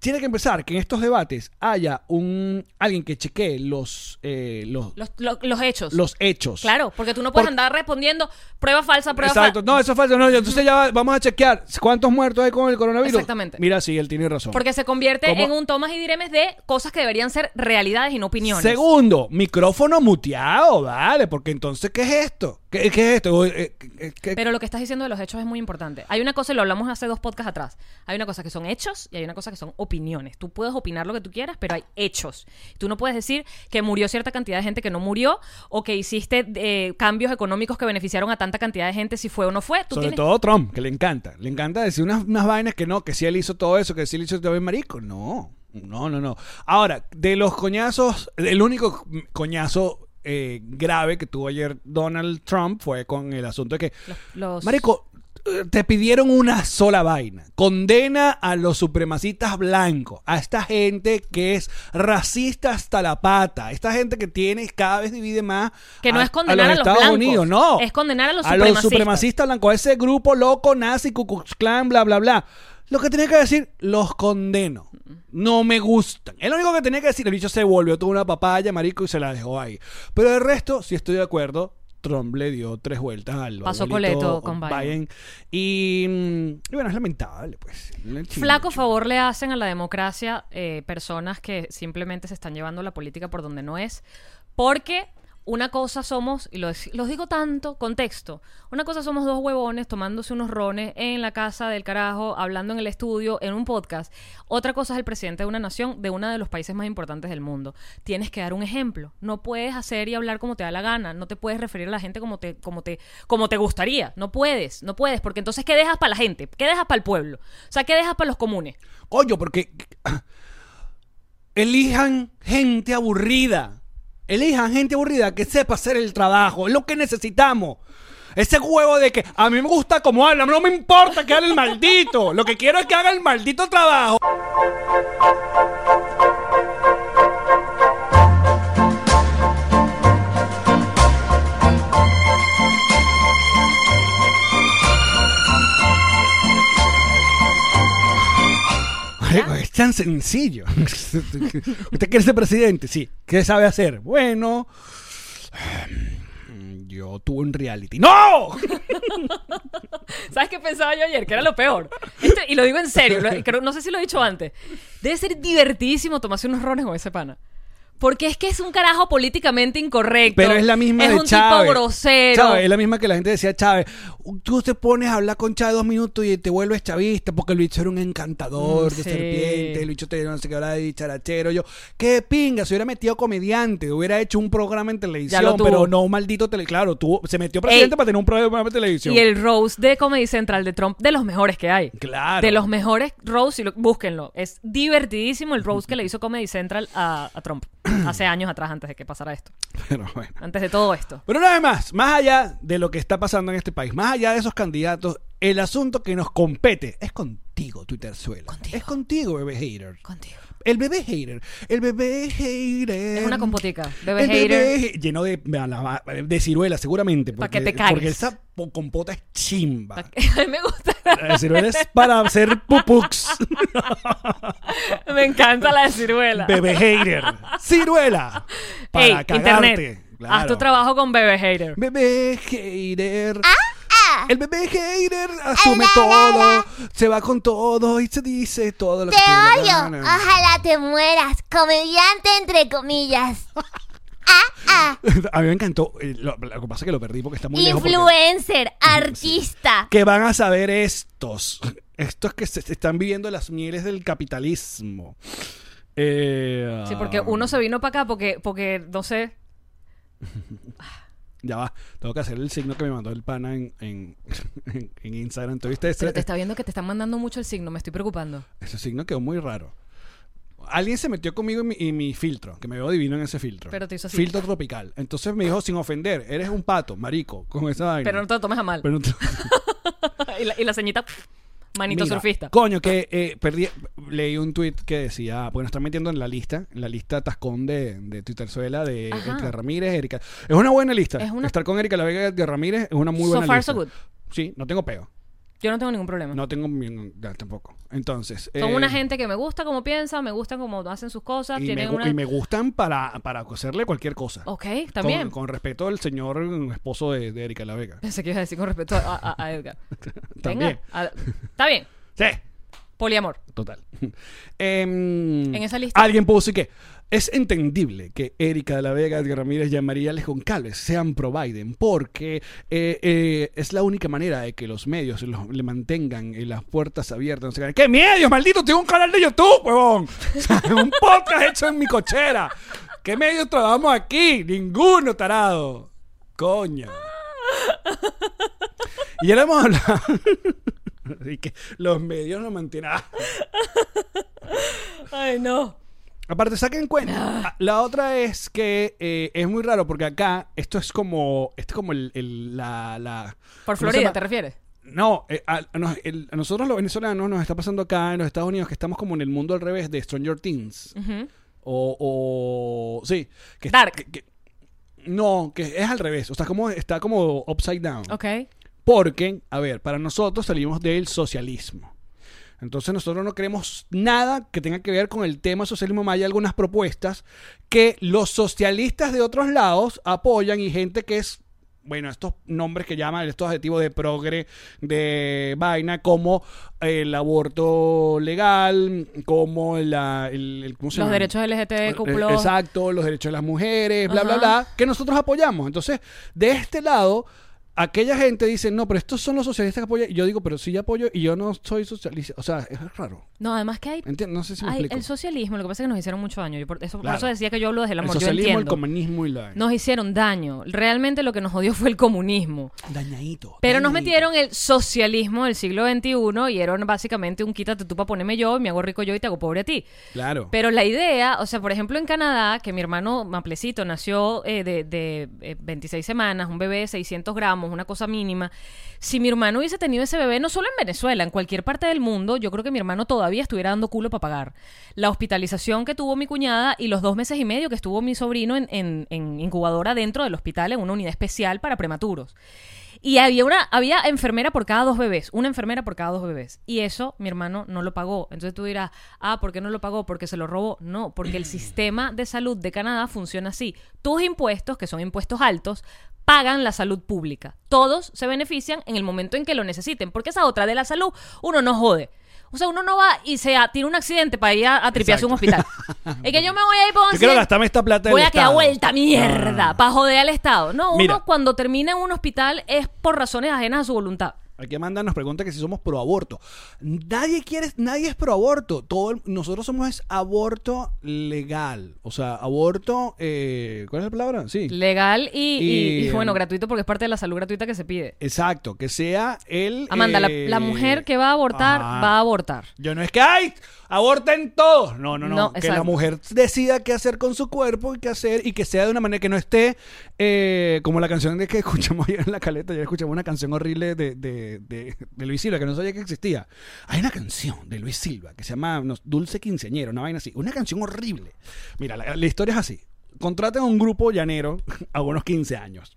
tiene que empezar que en estos debates haya un alguien que chequee los, eh, los,
Los, lo- los hechos.
los hechos.
Claro, porque tú no puedes
Por-
andar respondiendo prueba falsa, prueba
Exacto.
falsa.
No, eso es falso. No, entonces ya va- vamos a chequear cuántos muertos hay con el coronavirus.
Exactamente.
Mira, sí, él tiene razón.
Porque se convierte
¿Cómo?
en un tomas y diremes de cosas que deberían ser realidades y no opiniones.
Segundo, micrófono muteado, vale, porque entonces, ¿qué es esto? ¿Qué, qué es esto? Eh, eh, ¿qué-
Pero lo que estás diciendo de los hechos es muy importante. Hay una cosa, y lo hablamos hace dos podcasts atrás. Hay una cosa que son hechos y hay una cosa que son opiniones. Tú puedes opinar lo que tú quieras, pero hay hechos. Tú no puedes decir que murió cierta cantidad de gente que no murió o que hiciste eh, cambios económicos que beneficiaron a tanta cantidad de gente si fue o no fue. Tú
Sobre
tienes-
todo Trump, que le encanta. Le encanta decir unas, unas vainas que no, que si él hizo todo eso, que si él hizo todo el marico. No, no, no, no. Ahora, de los coñazos, el único coñazo eh, grave que tuvo ayer Donald Trump fue con el asunto de que,
Los- los-
marico, eh, te pidieron una sola vaina. Condena a los supremacistas blancos, a esta gente que es racista hasta la pata, esta gente que tiene cada vez divide más.
Que no es condenar a los
Estados
blancos,
Unidos, no.
es condenar a los
A los
supremacistas.
supremacistas nacionalista blanco, a ese grupo loco nazi, Ku Klux Klan, bla, bla, bla. Lo que tenía que decir, los condeno. No me gustan. Es lo único que tenía que decir. El bicho se volvió, tuvo una papaya, marico, y se la dejó ahí. Pero del resto, si estoy de acuerdo, Trump le dio tres vueltas al
Pasó
abuelito
coleto con Biden.
Y, mm, y bueno, es lamentable, pues. El chino,
Flaco
chino.
favor le hacen a la democracia eh, personas que simplemente se están llevando la política por donde no es. Porque una cosa somos, y los, los digo tanto, contexto. Una cosa somos dos huevones tomándose unos rones en la casa del carajo, hablando en el estudio, en un podcast. Otra cosa es el presidente de una nación, de uno de los países más importantes del mundo. Tienes que dar un ejemplo. No puedes hacer y hablar como te da la gana. No te puedes referir a la gente como te, como te, como te gustaría. No puedes, no puedes. Porque entonces, ¿qué dejas para la gente? ¿Qué dejas para el pueblo? O sea, ¿qué dejas para los comunes?
Coño, porque elijan gente aburrida. Elijan gente aburrida que sepa hacer el trabajo. Es lo que necesitamos. Ese huevo de que a mí me gusta como habla, no me importa que haga el maldito. Lo que quiero es que haga el maldito trabajo. Marico, es tan sencillo. (laughs) ¿Usted quiere ser presidente? Sí. ¿Qué sabe hacer? Bueno, yo tuve un reality. ¡No!
¿Sabes qué pensaba yo ayer? Que era lo peor. Esto- y lo digo en serio, lo- creo- no sé si lo he dicho antes. Debe ser divertidísimo tomarse unos rones con ese pana. Porque es que es un carajo políticamente incorrecto.
Pero es la misma
Es
de
un
Chávez.
tipo grosero.
Chávez, es la misma que la gente decía Chávez. Tú te pones a hablar con Chávez dos minutos y te vuelves chavista porque el bicho era un encantador
Mm,
de
sí.
serpiente, el bicho te no sé qué hablar de charachero. Yo, qué pinga, se hubiera metido comediante, hubiera hecho un programa en televisión,
tuvo.
pero no un maldito tele. Claro, tuvo- se metió presidente
Ey.
para tener un programa de televisión.
Y el Rose de Comedy Central de Trump, de los mejores que hay.
Claro.
De los mejores Rose, y lo- búsquenlo. Es divertidísimo el Rose que le hizo Comedy Central a, a
(clears throat)
Trump hace años atrás, antes de que pasara esto.
(laughs) Pero bueno.
Antes de todo esto.
Pero una vez más, más allá de lo que está pasando en este país, más allá de esos candidatos, el asunto que nos compete es contigo, Twitter Suela. Es contigo, bebé hater.
Contigo.
El bebé hater. El bebé hater.
Es una compotica. Bebé
El
hater.
bebé- lleno de, malaba- de ciruela, seguramente.
Pa'
Porque,
que te cagues.
Porque esa po- compota es chimba.
(laughs) A mí me gusta.
La ciruela es para hacer pupux.
Me encanta la de ciruela.
bebé hater. Ciruela. Para
Ey,
cagarte.
internet. Haz
Claro.
tu trabajo con bebé hater.
Bebé hater.
Ah,
El bebé hater asume todo, se va con todo y se dice todo lo
Te
que tiene la
odio.
gana.
Ojalá te mueras. Comediante entre comillas. Ah, ah.
(laughs) A mí me encantó. eh, Lo, lo que pasa es que lo perdí porque está muy lejos. porque-
Influencer, artista.
que van a saber estos. Estos que se se están viviendo las mieles del capitalismo. Eh,
Sí, porque
ah,
uno se vino para acá porque, porque no sé.
Ya va. Tengo que hacer el signo que me mandó el pana en, en, (laughs) en Instagram. ¿Tuviste ese,
Pero te está viendo que te están mandando mucho el signo, me estoy preocupando.
ese signo? Quedó muy raro. Alguien se metió conmigo en mi, en mi filtro, que me veo divino en ese filtro.
Pero te hizo así.
Filtro tropical. Entonces me dijo, sin ofender, eres un pato, marico, con esa vaina.
Pero no te lo tomes a mal.
Pero no te-
(laughs) y, la, y la ceñita, manito
Mira,
surfista.
Coño, que eh, perdí, leí un tweet que decía, ah, porque nos están metiendo en la lista, en la lista tascón de, de Twitter Suela, de
Ajá.
Edgar Ramírez, Erika. Es una buena lista.
Es una-
Estar con Erika La Vega y Edgar Ramírez es una muy
So
buena
far,
lista.
so good.
Sí, no tengo peo.
Yo no tengo ningún problema.
No tengo ningún- no, tampoco. Entonces.
Son
eh,
una gente que me gusta cómo piensan, me gustan cómo hacen sus cosas,
Y me,
tienen
gu-
una...
y me gustan para, para hacerle cualquier cosa.
Ok, también.
Con, con respeto al señor mm, esposo de, de Erika La Vega.
Pensé que ibas a decir con respecto a, a- a Edgar.
(laughs) También.
Venga, a- está bien.
Sí,
Poliamor.
total. (laughs) Em,
En esa lista.
Alguien puso y que es entendible que Erika de la Vega, Edgar Ramírez y María Alex Goncalves sean pro Biden porque eh, eh, es la única manera de que los medios los- le mantengan eh, las puertas abiertas. No sé qué. ¿Qué medios, maldito! Tengo un canal de YouTube, huevón. (laughs) O sea, un podcast hecho en mi cochera. ¿Qué medios trabajamos aquí? Ninguno, tarado.
(laughs)
Coño. Y ahora hemos hablado. (laughs) Así que los medios lo mantienen. Ah.
Ay, no.
Aparte, saquen
Ah.
cuenta. Ah, La otra es que eh, es muy raro porque acá esto es como. Esto es como el, el- la, la- ¿cómo
Por
se
Florida,
llama?
¿te refieres?
No, eh, a, a nos- el- a nosotros los venezolanos nos está pasando acá en los Estados Unidos que estamos como en el mundo al revés de Stranger Things.
Ujú.
O, o- Sí. Que,
Mm. Dark.
que- que- no, que es al revés. O sea, como, está como upside down.
Ok.
Porque, a ver, para nosotros salimos del socialismo. Entonces nosotros no queremos nada que tenga que ver con el tema socialismo. Más hay algunas propuestas que los socialistas de otros lados apoyan y gente que es, bueno, estos nombres que llaman, estos adjetivos de progre, de vaina, como el aborto legal, como la, el, el- ¿cómo se
Los
llama?
derechos
eh,
LGTBQ+.
Exacto, los derechos de las mujeres, bla, bla,
Eh, Ajá.
bla, que nosotros apoyamos. Entonces, de este lado, aquella gente dice, no, pero estos son los socialistas que apoyan. Y yo digo, pero sí yo apoyo y yo no soy socialista. O sea, es raro.
No, además que hay...
Enti- No sé si me
hay-
explico.
el socialismo, lo que pasa es que nos hicieron mucho daño. Yo por, eso, por
Claro.
eso decía que yo hablo desde el
El
amor. yo
socialismo, el
entiendo.
comunismo y la...
nos hicieron daño. Realmente lo que nos odió fue el comunismo.
Dañadito.
Pero nos
dañadito.
metieron el socialismo del siglo XXI y eran básicamente un quítate tú para ponerme yo, me hago rico yo y te hago pobre a ti.
Claro.
Pero la idea, o sea, por ejemplo en Canadá, que mi hermano Maplecito nació eh, de, de, eh, 26 semanas, un bebé de 600 gramos, una cosa mínima. Si mi hermano hubiese tenido ese bebé, no solo en Venezuela, en cualquier parte del mundo, yo creo que mi hermano todavía estuviera dando culo para pagar. La hospitalización que tuvo mi cuñada y los dos meses y medio que estuvo mi sobrino en, en- en incubadora dentro del hospital, en una unidad especial para prematuros. Y había una, había enfermera por cada dos bebés, una enfermera por cada dos bebés. Y eso mi hermano no lo pagó. Entonces tú dirás, ah, ¿por qué no lo pagó? Porque se lo robó. No,
(clears throat)
porque el sistema de salud de Canadá funciona así. Tus impuestos, que son impuestos altos, pagan la salud pública. Todos se benefician en el momento en que lo necesiten, porque esa otra de la salud, uno no jode. O sea, uno no va y se a- tiene un accidente para ir a, a tripearse a un hospital.
(laughs)
Es que yo me voy a ir por
Yo quiero
un accidente,
gastarme esta plata del
Voy a quedar
Estado. Ah.
vuelta, mierda, para joder al Estado. No, uno
Mira.
cuando termina en un hospital es por razones ajenas a su voluntad.
Aquí Amanda nos pregunta que si somos pro aborto. Nadie quiere, nadie es pro aborto. Todo el- nosotros somos es aborto legal. O sea, aborto, eh, ¿cuál es la palabra? Sí.
Legal y, y-
Y,
y, bueno,
eh,
gratuito porque es parte de la salud gratuita que se pide.
Exacto, que sea el.
Amanda, la-
eh,
la, mujer que va a abortar,
ajá.
va a abortar.
Yo no es que ¡ay! aborten todos. No, no, no.
No,
que
exacto.
la mujer decida qué hacer con su cuerpo y qué hacer y que sea de una manera que no esté eh, como la canción de que (laughs) escuchamos ayer en la caleta. Ayer escuchamos una canción horrible de, de, de- de Luis Silva que no sabía que existía. Hay una canción de Luis Silva que se llama no, Dulce Quinceñero, una vaina así. Una canción horrible. Mira, la, la historia es así. Contratan a un grupo llanero (laughs) a unos 15 años.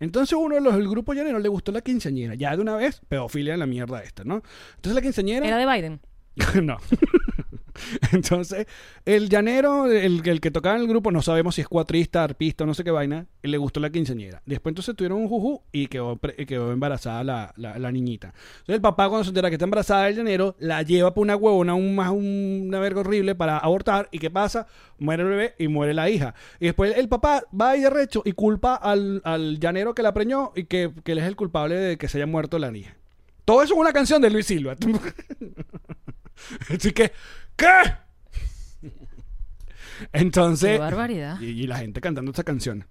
Entonces uno de los del grupo llanero le gustó la quinceañera. Ya de una vez, pedofilia en la mierda esta, ¿no? Entonces la quinceañera...
Era de Biden.
(laughs) no. Entonces, el llanero, el, el que tocaba en el grupo, no sabemos si es cuatrista, arpista, no sé qué vaina, le gustó la quinceañera. Después entonces tuvieron un juju y quedó, pre- y quedó embarazada la, la- la niñita. Entonces el papá cuando se entera que está embarazada el llanero, la lleva por una huevona, un, más un- una verga horrible para abortar. ¿Y qué pasa? Muere el bebé y muere la hija. Y después el papá va y de recho y culpa al, al llanero que la preñó y que, que él es el culpable de que se haya muerto la niña. Todo eso es una canción de Luis Silva. Así que, ¿qué? Entonces.
Qué barbaridad.
Y, y la gente cantando esta canción.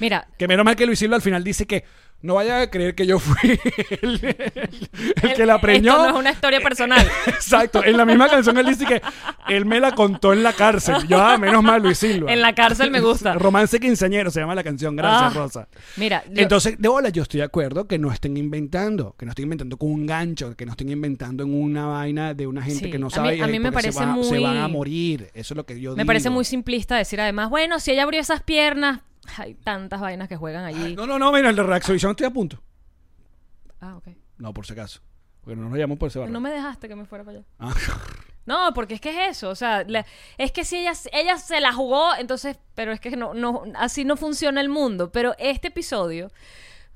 Mira,
Que menos mal que Luis Silva al final dice que no vaya a creer que yo fui (laughs) el, el- el que la preñó.
Esto no es una
(laughs)
historia personal.
Exacto. En la misma canción él dice que él me la contó en la cárcel. Yo, ah, menos mal, Luis Silva.
En la cárcel
(laughs)
me gusta.
Romance quinceañero se llama la canción. Gracias,
Ah.
Rosa.
Mira, yo-
Entonces, de bola, yo estoy de acuerdo que no estén inventando, que no estén inventando con un gancho, que no estén inventando en una vaina de una gente
Sí,
que
a
no
mí-
sabe y
a mí
ahí
me
porque
parece
se, va- se
muy-
van a morir. Eso es lo que yo digo.
me parece muy simplista decir además, bueno, si ella abrió esas piernas, hay tantas vainas que juegan allí.
No, no, no, mira, el de reacción estoy a punto.
Ah, ok.
No, por si acaso. Porque no nos llamó por ese barrio.
No me dejaste que me fuera para allá.
Ah, (laughs)
No, porque es que es eso. O sea, la- es que si ella, ella se la jugó, entonces, pero es que no, no, así no funciona el mundo. Pero este episodio,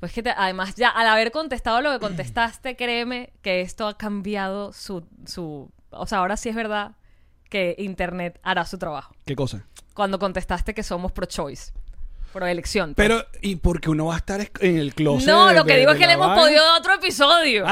pues que te- además ya al haber contestado lo que contestaste, (clears throat) créeme que esto ha cambiado su, su... O sea, ahora sí es verdad que Internet hará su trabajo.
¿Qué cosa?
Cuando contestaste que somos pro-choice, pro-elección. pues.
Pero, ¿y por qué uno va a estar es- en el closet?
no,
de-
lo que
de-
digo
de
es que
la
le hemos
vaina? Ah,
podido dar otro episodio.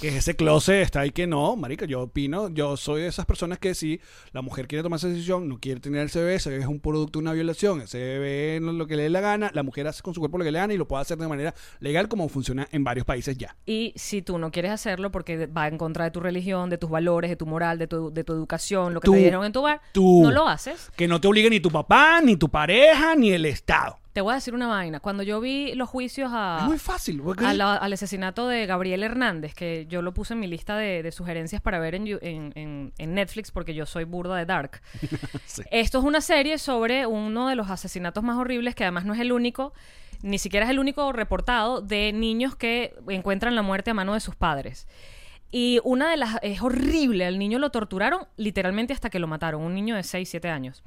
Que ese closet está ahí que no, marica, yo opino, yo soy de esas personas que si la mujer quiere tomar esa decisión, no quiere tener el CBD, ese es un producto, una violación, ese bebé no es lo que le dé la gana, la mujer hace con su cuerpo lo que le gana y lo puede hacer de manera legal como funciona en varios países ya.
Y si tú no quieres hacerlo porque va en contra de tu religión, de tus valores, de tu moral, de tu, de tu educación, lo que
Tú,
te dieron en tu bar,
tú.
no lo haces.
Que no te obligue ni tu papá, ni tu pareja, ni el Estado.
Te voy a decir una vaina. Cuando yo vi los juicios
es
a,
muy fácil. porque-
Ah. a la- al asesinato de Gabriel Hernández, que yo lo puse en mi lista de, de sugerencias para ver en, you- en- en- en Netflix porque yo soy burda de Dark.
Sí.
Esto es una serie sobre uno de los asesinatos más horribles, que además no es el único, ni siquiera es el único reportado, de niños que encuentran la muerte a mano de sus padres. Y una de las... Es horrible, al niño lo torturaron literalmente hasta que lo mataron, un niño de 6, 7 años.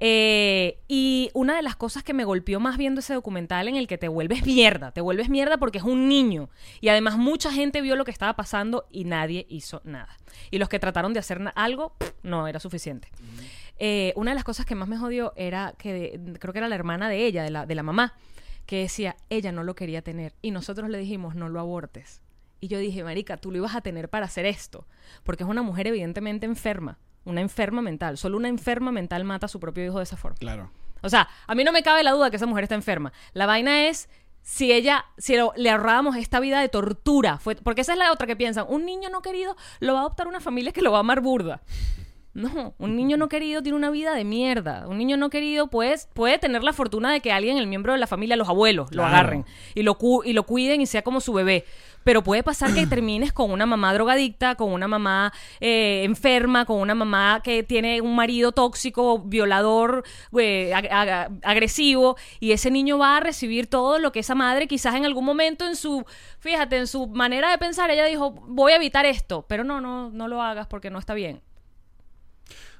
Eh, y una de las cosas que me golpeó más viendo ese documental en el que te vuelves mierda, te vuelves mierda porque es un niño. Y además mucha gente vio lo que estaba pasando y nadie hizo nada. Y los que trataron de hacer na- algo, pff, no era suficiente. Eh, una de las cosas que más me jodió era que creo que era la hermana de ella, de la, de la mamá, que decía, ella no lo quería tener. Y nosotros le dijimos, no lo abortes. Y yo dije, Marica, tú lo ibas a tener para hacer esto. Porque es una mujer evidentemente enferma. Una enferma mental. Solo una enferma mental mata a su propio hijo de esa forma.
Claro.
O sea, a mí no me cabe la duda que esa mujer está enferma. La vaina es si ella, si lo- le ahorrábamos esta vida de tortura. Fue, porque esa es la otra que piensan. Un niño no querido lo va a adoptar una familia que lo va a amar burda. No, un niño no querido tiene una vida de mierda. Un niño no querido pues, puede tener la fortuna de que alguien, el miembro de la familia, los abuelos, lo
Claro.
agarren y lo, cu- y lo cuiden y sea como su bebé. Pero puede pasar que termines con una mamá drogadicta, con una mamá eh, enferma, con una mamá que tiene un marido tóxico, violador, eh, ag- ag- agresivo, y ese niño va a recibir todo lo que esa madre quizás en algún momento en su, fíjate, en su manera de pensar, ella dijo, voy a evitar esto, pero no, no, no lo hagas porque no está bien.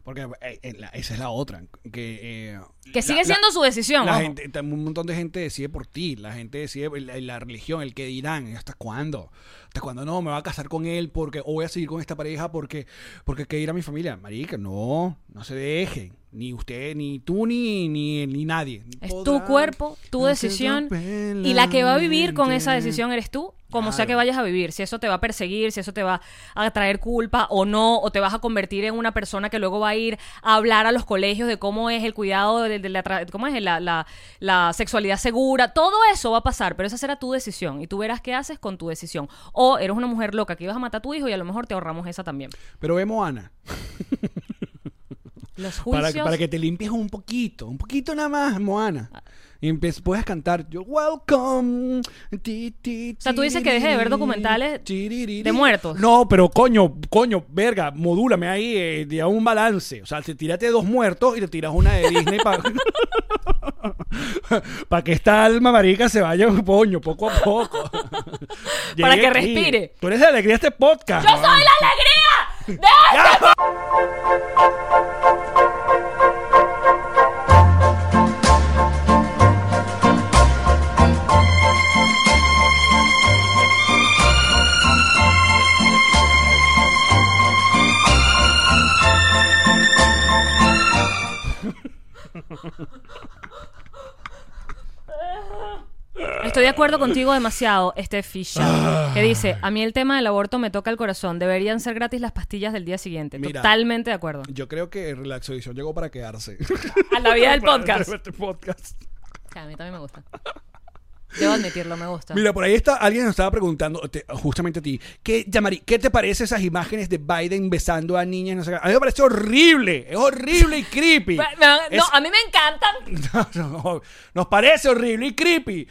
Porque eh, eh, la- esa es la otra. Que, eh,
Que
la-
sigue
la-
siendo su decisión.
La
ojo.
gente, tam- un montón de gente decide por ti, la gente decide la, la religión, el que dirán, ¿y ¿hasta cuándo? ¿Hasta cuándo no? ¿Me voy a casar con él porque o voy a seguir con esta pareja porque porque qué ir a mi familia? Marica, no, no se dejen. Ni usted, ni tú, ni, ni, ni nadie.
Es tu cuerpo, tu decisión. Y la que va a vivir con esa decisión eres tú, como sea
Claro.
que vayas a vivir. Si eso te va a perseguir, si eso te va a traer culpa o no, o te vas a convertir en una persona que luego va a ir a hablar a los colegios de cómo es el cuidado, de, de la, tra- cómo es la, la- la sexualidad segura. Todo eso va a pasar, pero esa será tu decisión. Y tú verás qué haces con tu decisión. O eres una mujer loca que ibas a matar a tu hijo y a lo mejor te ahorramos esa también.
Pero ve Moana,
Los
para,
juicios...
para que te limpies un poquito, un poquito nada más, Moana. Y empe- puedes cantar, yo welcome.
O sea, tú dices que deje de ver documentales de muertos.
No, pero coño, coño, verga, modúlame ahí, eh, de a un balance. O sea, te tírate dos muertos y te tiras una de Disney (laughs) para que esta alma marica se vaya, coño, poco a poco.
(laughs) Para
Llegue
que respire.
Tú eres la alegría de este podcast.
¡Yo
¿no?
soy la alegría! ¡De Estoy de acuerdo contigo demasiado, este
Ah.
Fisher, que dice, a mí el tema del aborto me toca el corazón, deberían ser gratis las pastillas del día siguiente.
Mira.
Totalmente
(laughs)
de acuerdo.
Yo creo que Relaxodición llegó para quedarse.
A
(laughs)
la vida del podcast.
Este podcast.
Sí, a mí también
(laughs)
me gusta. Debo admitirlo, me gusta.
Mira, por ahí está, alguien nos estaba preguntando, te- justamente a ti, ¿qué, Yamari, ¿qué te parece esas imágenes de Biden besando a niñas? No sé qué? A mí me parece horrible, es horrible y
(laughs)
creepy.
Pero, me-
Es- (laughs)
No, ah. a mí me encantan.
No, no, nos parece horrible y creepy.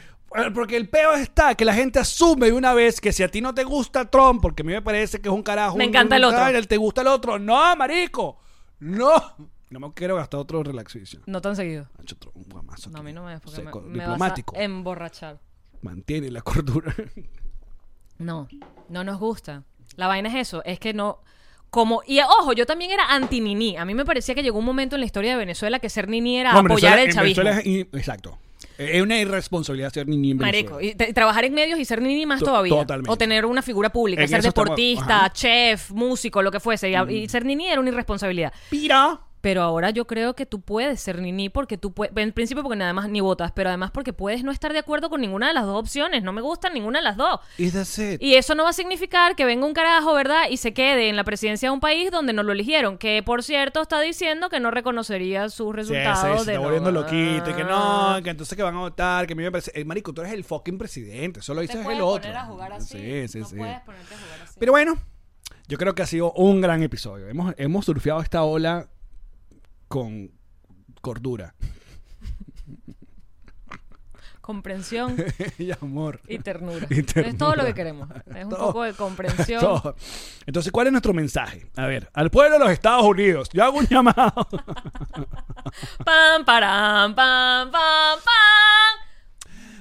Porque el peor está que la gente asume de una vez que si a ti no te gusta Trump, porque a mí me parece que es un carajo.
Me
un-
encanta el
un
otro.
tal, te gusta el otro. No, marico. No. No me quiero gastar otro relaxation.
No tan seguido.
Nacho Trump, un guamazo
No, a em
aquí.
mí no me porque
Seco,
me, me vas
diplomático.
a emborrachar.
(laughs) Mantiene la cordura.
No, no nos gusta. La vaina es eso, es que no. Como, y ojo, yo también era anti-niní. A mí me parecía que llegó un momento en la historia de Venezuela que ser niní era
No, en
apoyar
Venezuela-
el
en
chavismo.
Venezuela es in- exacto. Es una irresponsabilidad ser niño en Venezuela.
Marico, y, te- trabajar en medios y ser niní más
To-
todavía.
totalmente.
O tener una figura pública,
En
ser
eso estamos-
deportista,
ajá. Mm.
chef, músico, lo que fuese. Y, a- y ser niní era una irresponsabilidad.
Pira.
Pero ahora yo creo que tú puedes ser niní porque tú puedes, en principio porque nada más ni votas, pero además porque puedes no estar de acuerdo con ninguna de las dos opciones, no me gustan ninguna de las dos.
Y that's it.
Y eso no va a significar que venga un carajo, ¿verdad? Y se quede en la presidencia de un país donde no lo eligieron, que por cierto está diciendo que no reconocería sus
Sí, sí,
resultados
se
de
está
no- ah,
volviendo loquito y que no, que entonces que van a votar, que a mí me parece, eh, marico, tú eres el fucking presidente, solo
Te
dices
puedes
el otro.
poner a jugar así,
Sí, sí,
no
sí.
puedes ponerte a jugar así.
Pero bueno, yo creo que ha sido un gran episodio. Hemos, hemos surfeado esta ola con cordura (laughs)
Comprensión
y amor.
y ternura.
(laughs) Y
Es todo lo
ternura.
que queremos. Es un
Todo.
poco de
(laughs)
comprensión.
Todo. Entonces, ¿cuál es nuestro mensaje? A ver, al pueblo de los Estados Unidos, yo hago un llamado.
Pam, param, pam, pam, pam.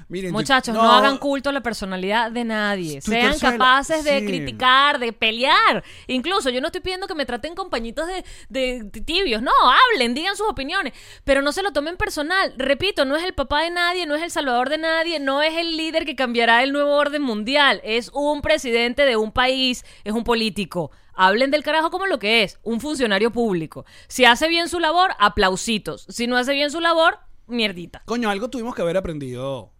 Miren,
(laughs) Muchachos, no, hagan culto a la personalidad de nadie.
Tú
Sean
tercera-
capaces de
sí.
criticar, de pelear. Incluso yo no estoy pidiendo que me traten con pañitos de, de tibios. No, hablen, digan sus opiniones. Pero no se lo tomen personal. Repito, no es el papá de nadie, no es el salvador de nadie, no es el líder que cambiará el nuevo orden mundial. Es un presidente de un país, es un político. Hablen del carajo como lo que es, un funcionario público. Si hace bien su labor, aplausitos. Si no hace bien su labor, mierdita.
Coño, algo tuvimos que haber aprendido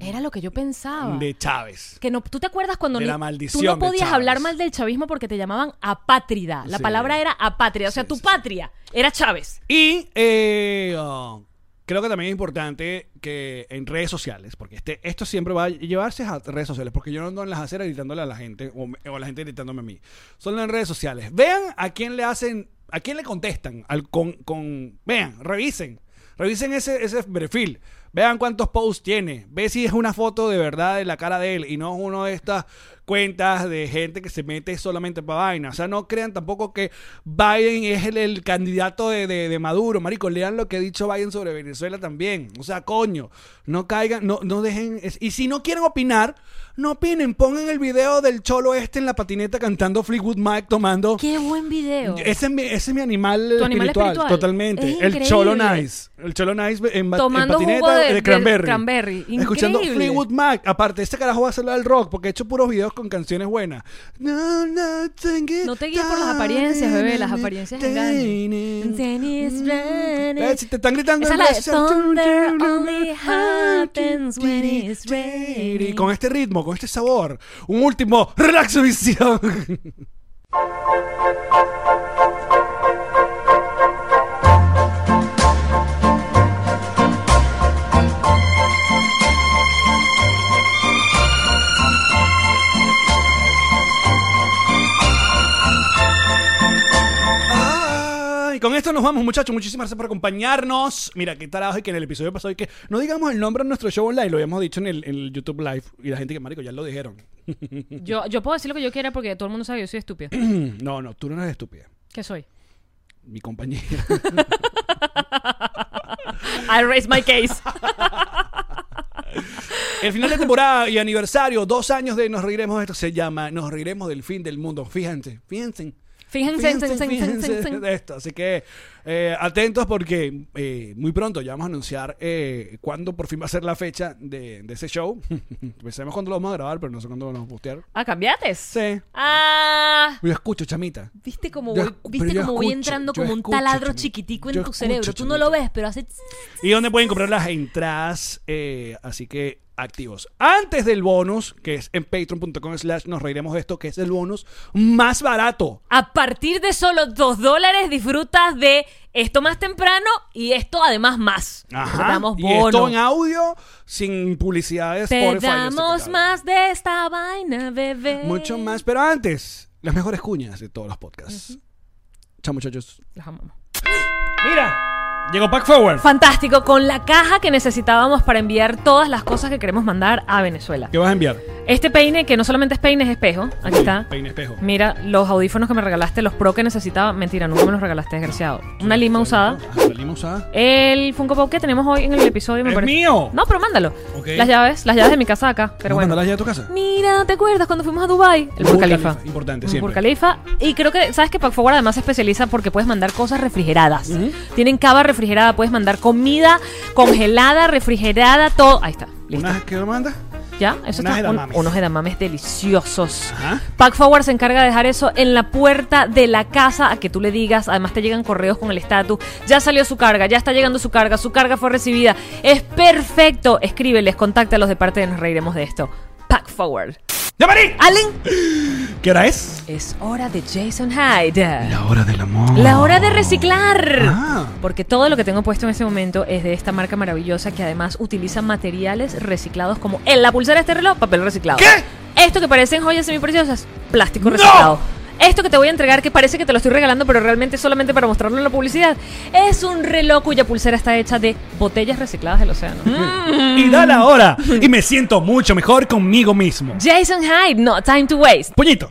Era lo que yo pensaba.
de Chávez.
Que no, ¿Tú te acuerdas cuando
De
ni-
la
tú no
maldición de
podías
Chávez.
hablar mal del chavismo porque te llamaban apátrida? La
Sí.
palabra era apátrida, o sea,
Sí,
tu
sí, sí.
patria era Chávez.
Y eh, oh, creo que también es importante que en redes sociales, porque este, esto siempre va a llevarse a redes sociales, porque yo no ando en las aceras gritándole a la gente, o, me- o la gente gritándome a mí. Solo en redes sociales. Vean a quién le hacen, a quién le contestan, al, con, con- vean, revisen. Revisen ese, ese perfil. Vean cuántos posts tiene. Ve si es una foto de verdad de la cara de él y no una de estas cuentas de gente que se mete solamente para vaina. O sea, no crean tampoco que Biden es el, el candidato de, de- de Maduro. Marico, lean lo que ha dicho Biden sobre Venezuela también. O sea, coño, no caigan, no, no dejen. es- y si no quieren opinar, no opinen. Pongan el video del cholo este en la patineta cantando Fleetwood Mac tomando.
Qué buen video.
Ese (laughs) es, mi, ese es mi animal,
Tu
espiritual,
animal espiritual.
totalmente.
Es
el Cholo
increíble.
Nice. El Cholo Nice en, ba- en
Tomando
patineta
jugo de-
de,
del
cranberry.
cranberry.
Escuchando
Increíble.
Fleetwood Mac. Aparte, este carajo va a hacerlo al rock porque ha hecho puros videos con canciones buenas. No, no,
No te guíes por las apariencias, bebé, las apariencias engañan. Dennis Brennan.
Eh, Si te están gritando...
Esa es la de
"Let's-
Thunder only happens when it's raining".
Con este ritmo, con este sabor. Un último. Relax, visión. Ay, con esto nos vamos, muchachos. Muchísimas gracias por acompañarnos. Mira, qué tarajo y que en el episodio pasado y que no digamos el nombre de nuestro show online, lo habíamos dicho en el, en el YouTube Live. Y la gente que, marico, ya lo dijeron.
Yo, yo puedo decir lo que yo quiera porque todo el mundo sabe que yo soy estúpida.
no, no, tú no eres estúpida.
(clears throat) ¿Qué soy?
Mi compañera.
I raise my case.
El final de temporada y aniversario, dos años de Nos Reiremos, esto se llama Nos Reiremos del Fin del Mundo. Fíjense, fíjense.
(laughs) Fíjense, fíjense, fíjense,
fíjense de esto. Así que eh, atentos porque eh, muy pronto ya vamos a anunciar eh, cuándo por fin va a ser la fecha de, de ese show. (laughs) Pensemos cuándo lo vamos a grabar, pero no sé cuándo lo vamos a postear.
Ah, cambiaste.
Sí.
Ah.
Yo escucho, chamita.
Viste como
Yo
voy,
escu-
viste
pero yo
como voy
escucho,
entrando
yo
como un
escucho,
taladro
chamita.
chiquitico en
Yo
tu
escucho,
cerebro. Tú no
chamita.
lo ves, pero hace.
¿Y dónde pueden comprar las entradas? Eh, así que activos. Antes del bonus, que es en patreon.com slash nos reiremos de esto, que es el bonus más barato.
A partir de solo 2 dólares disfrutas de esto más temprano y esto además más. Te
Ajá.
damos
y esto en
bono.
audio, sin publicidad de
Te
Spotify. no sé
damos
qué tal.
más de esta vaina, bebé.
Mucho más. Pero antes, las mejores cuñas de todos los podcasts. Chao, muchachos.
Los amamos.
Mira, llegó Pack Forward.
Fantástico, con la caja que necesitábamos para enviar todas las cosas que queremos mandar a Venezuela.
¿Qué vas a enviar?
Este peine, que no solamente es peine, es espejo. Aquí está.
Peine espejo.
Mira, los audífonos que me regalaste, los pro que necesitaba. Mentira, nunca me los regalaste, desgraciado. Una lima usada.
Ah, Una lima usada.
El Funko Pop que tenemos hoy en el episodio me
¡Es
parece.
mío!
No, pero mándalo.
Ok.
Las llaves, las llaves de mi casa acá. Pero
¿No
bueno.
mandarás ya a tu casa?
Mira, ¿te acuerdas cuando fuimos a Dubai? El Burj
Burj
Khalifa.
Khalifa, importante,
Un
siempre.
Burj Khalifa. Y creo que, ¿sabes que Pack Forward además se especializa porque puedes mandar cosas refrigeradas. Tienen cava refrigerada, puedes mandar comida congelada, refrigerada, todo. Ahí está, listo.
¿Unas que lo mandas?
¿Ya? Eso
unas
está. un-
edamames.
unos edamames deliciosos.
Ajá.
Pack Forward se encarga de dejar eso en la puerta de la casa a que tú le digas. Además, te llegan correos con el estatus. Ya salió su carga, ya está llegando su carga, su carga fue recibida. Es perfecto. Escríbeles, contáctalos de parte de Nos Reiremos de esto. Pack Forward.
¡Ya, Marí!
Allen,
¿Qué hora es?
es hora de Jason Hyde.
La hora del amor.
La hora de reciclar.
Ah.
Porque todo lo que tengo puesto en este momento es de esta marca maravillosa que además utiliza materiales reciclados como en la pulsera de este reloj, papel reciclado.
¿Qué?
Esto que parecen joyas semipreciosas, plástico reciclado. Esto que te voy a entregar, que parece que te lo estoy regalando, pero realmente es solamente para mostrarlo en la publicidad, es un reloj cuya pulsera está hecha de botellas recicladas del océano.
Mm. Y da la hora. Y me siento mucho mejor conmigo mismo.
Jason Hyde, no time to waste.
Puñito.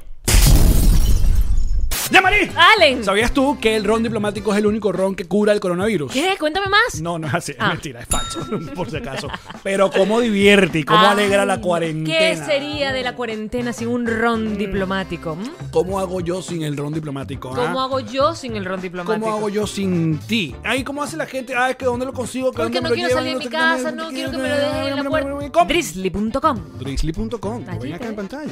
¡Ya, Marí!
Allen,
¿Sabías tú que el ron diplomático es el único ron que cura el coronavirus?
¿qué? Cuéntame más.
No, no es así, es
Ah.
mentira, es falso, (laughs) por si acaso. Pero cómo divierte y cómo
Ay,
alegra la cuarentena.
Ah, ¿Qué sería de la cuarentena sin un ron diplomático? Mm. ¿m?
¿Cómo hago yo sin el ron diplomático? ah?
¿Cómo hago yo sin el ron diplomático?
¿Cómo hago yo sin ti? Ahí, ¿cómo hace la gente? Ah, es que ¿dónde lo consigo? ¿Que dónde
Porque no
me lo
quiero
llevan?
salir de mi
te- me-
casa, no
te-
quiero que me lo dejen en la puerta.
Com.
Drizzly.com.
Drizzly.com,
Allí
ven acá
te
en
ves.
pantalla.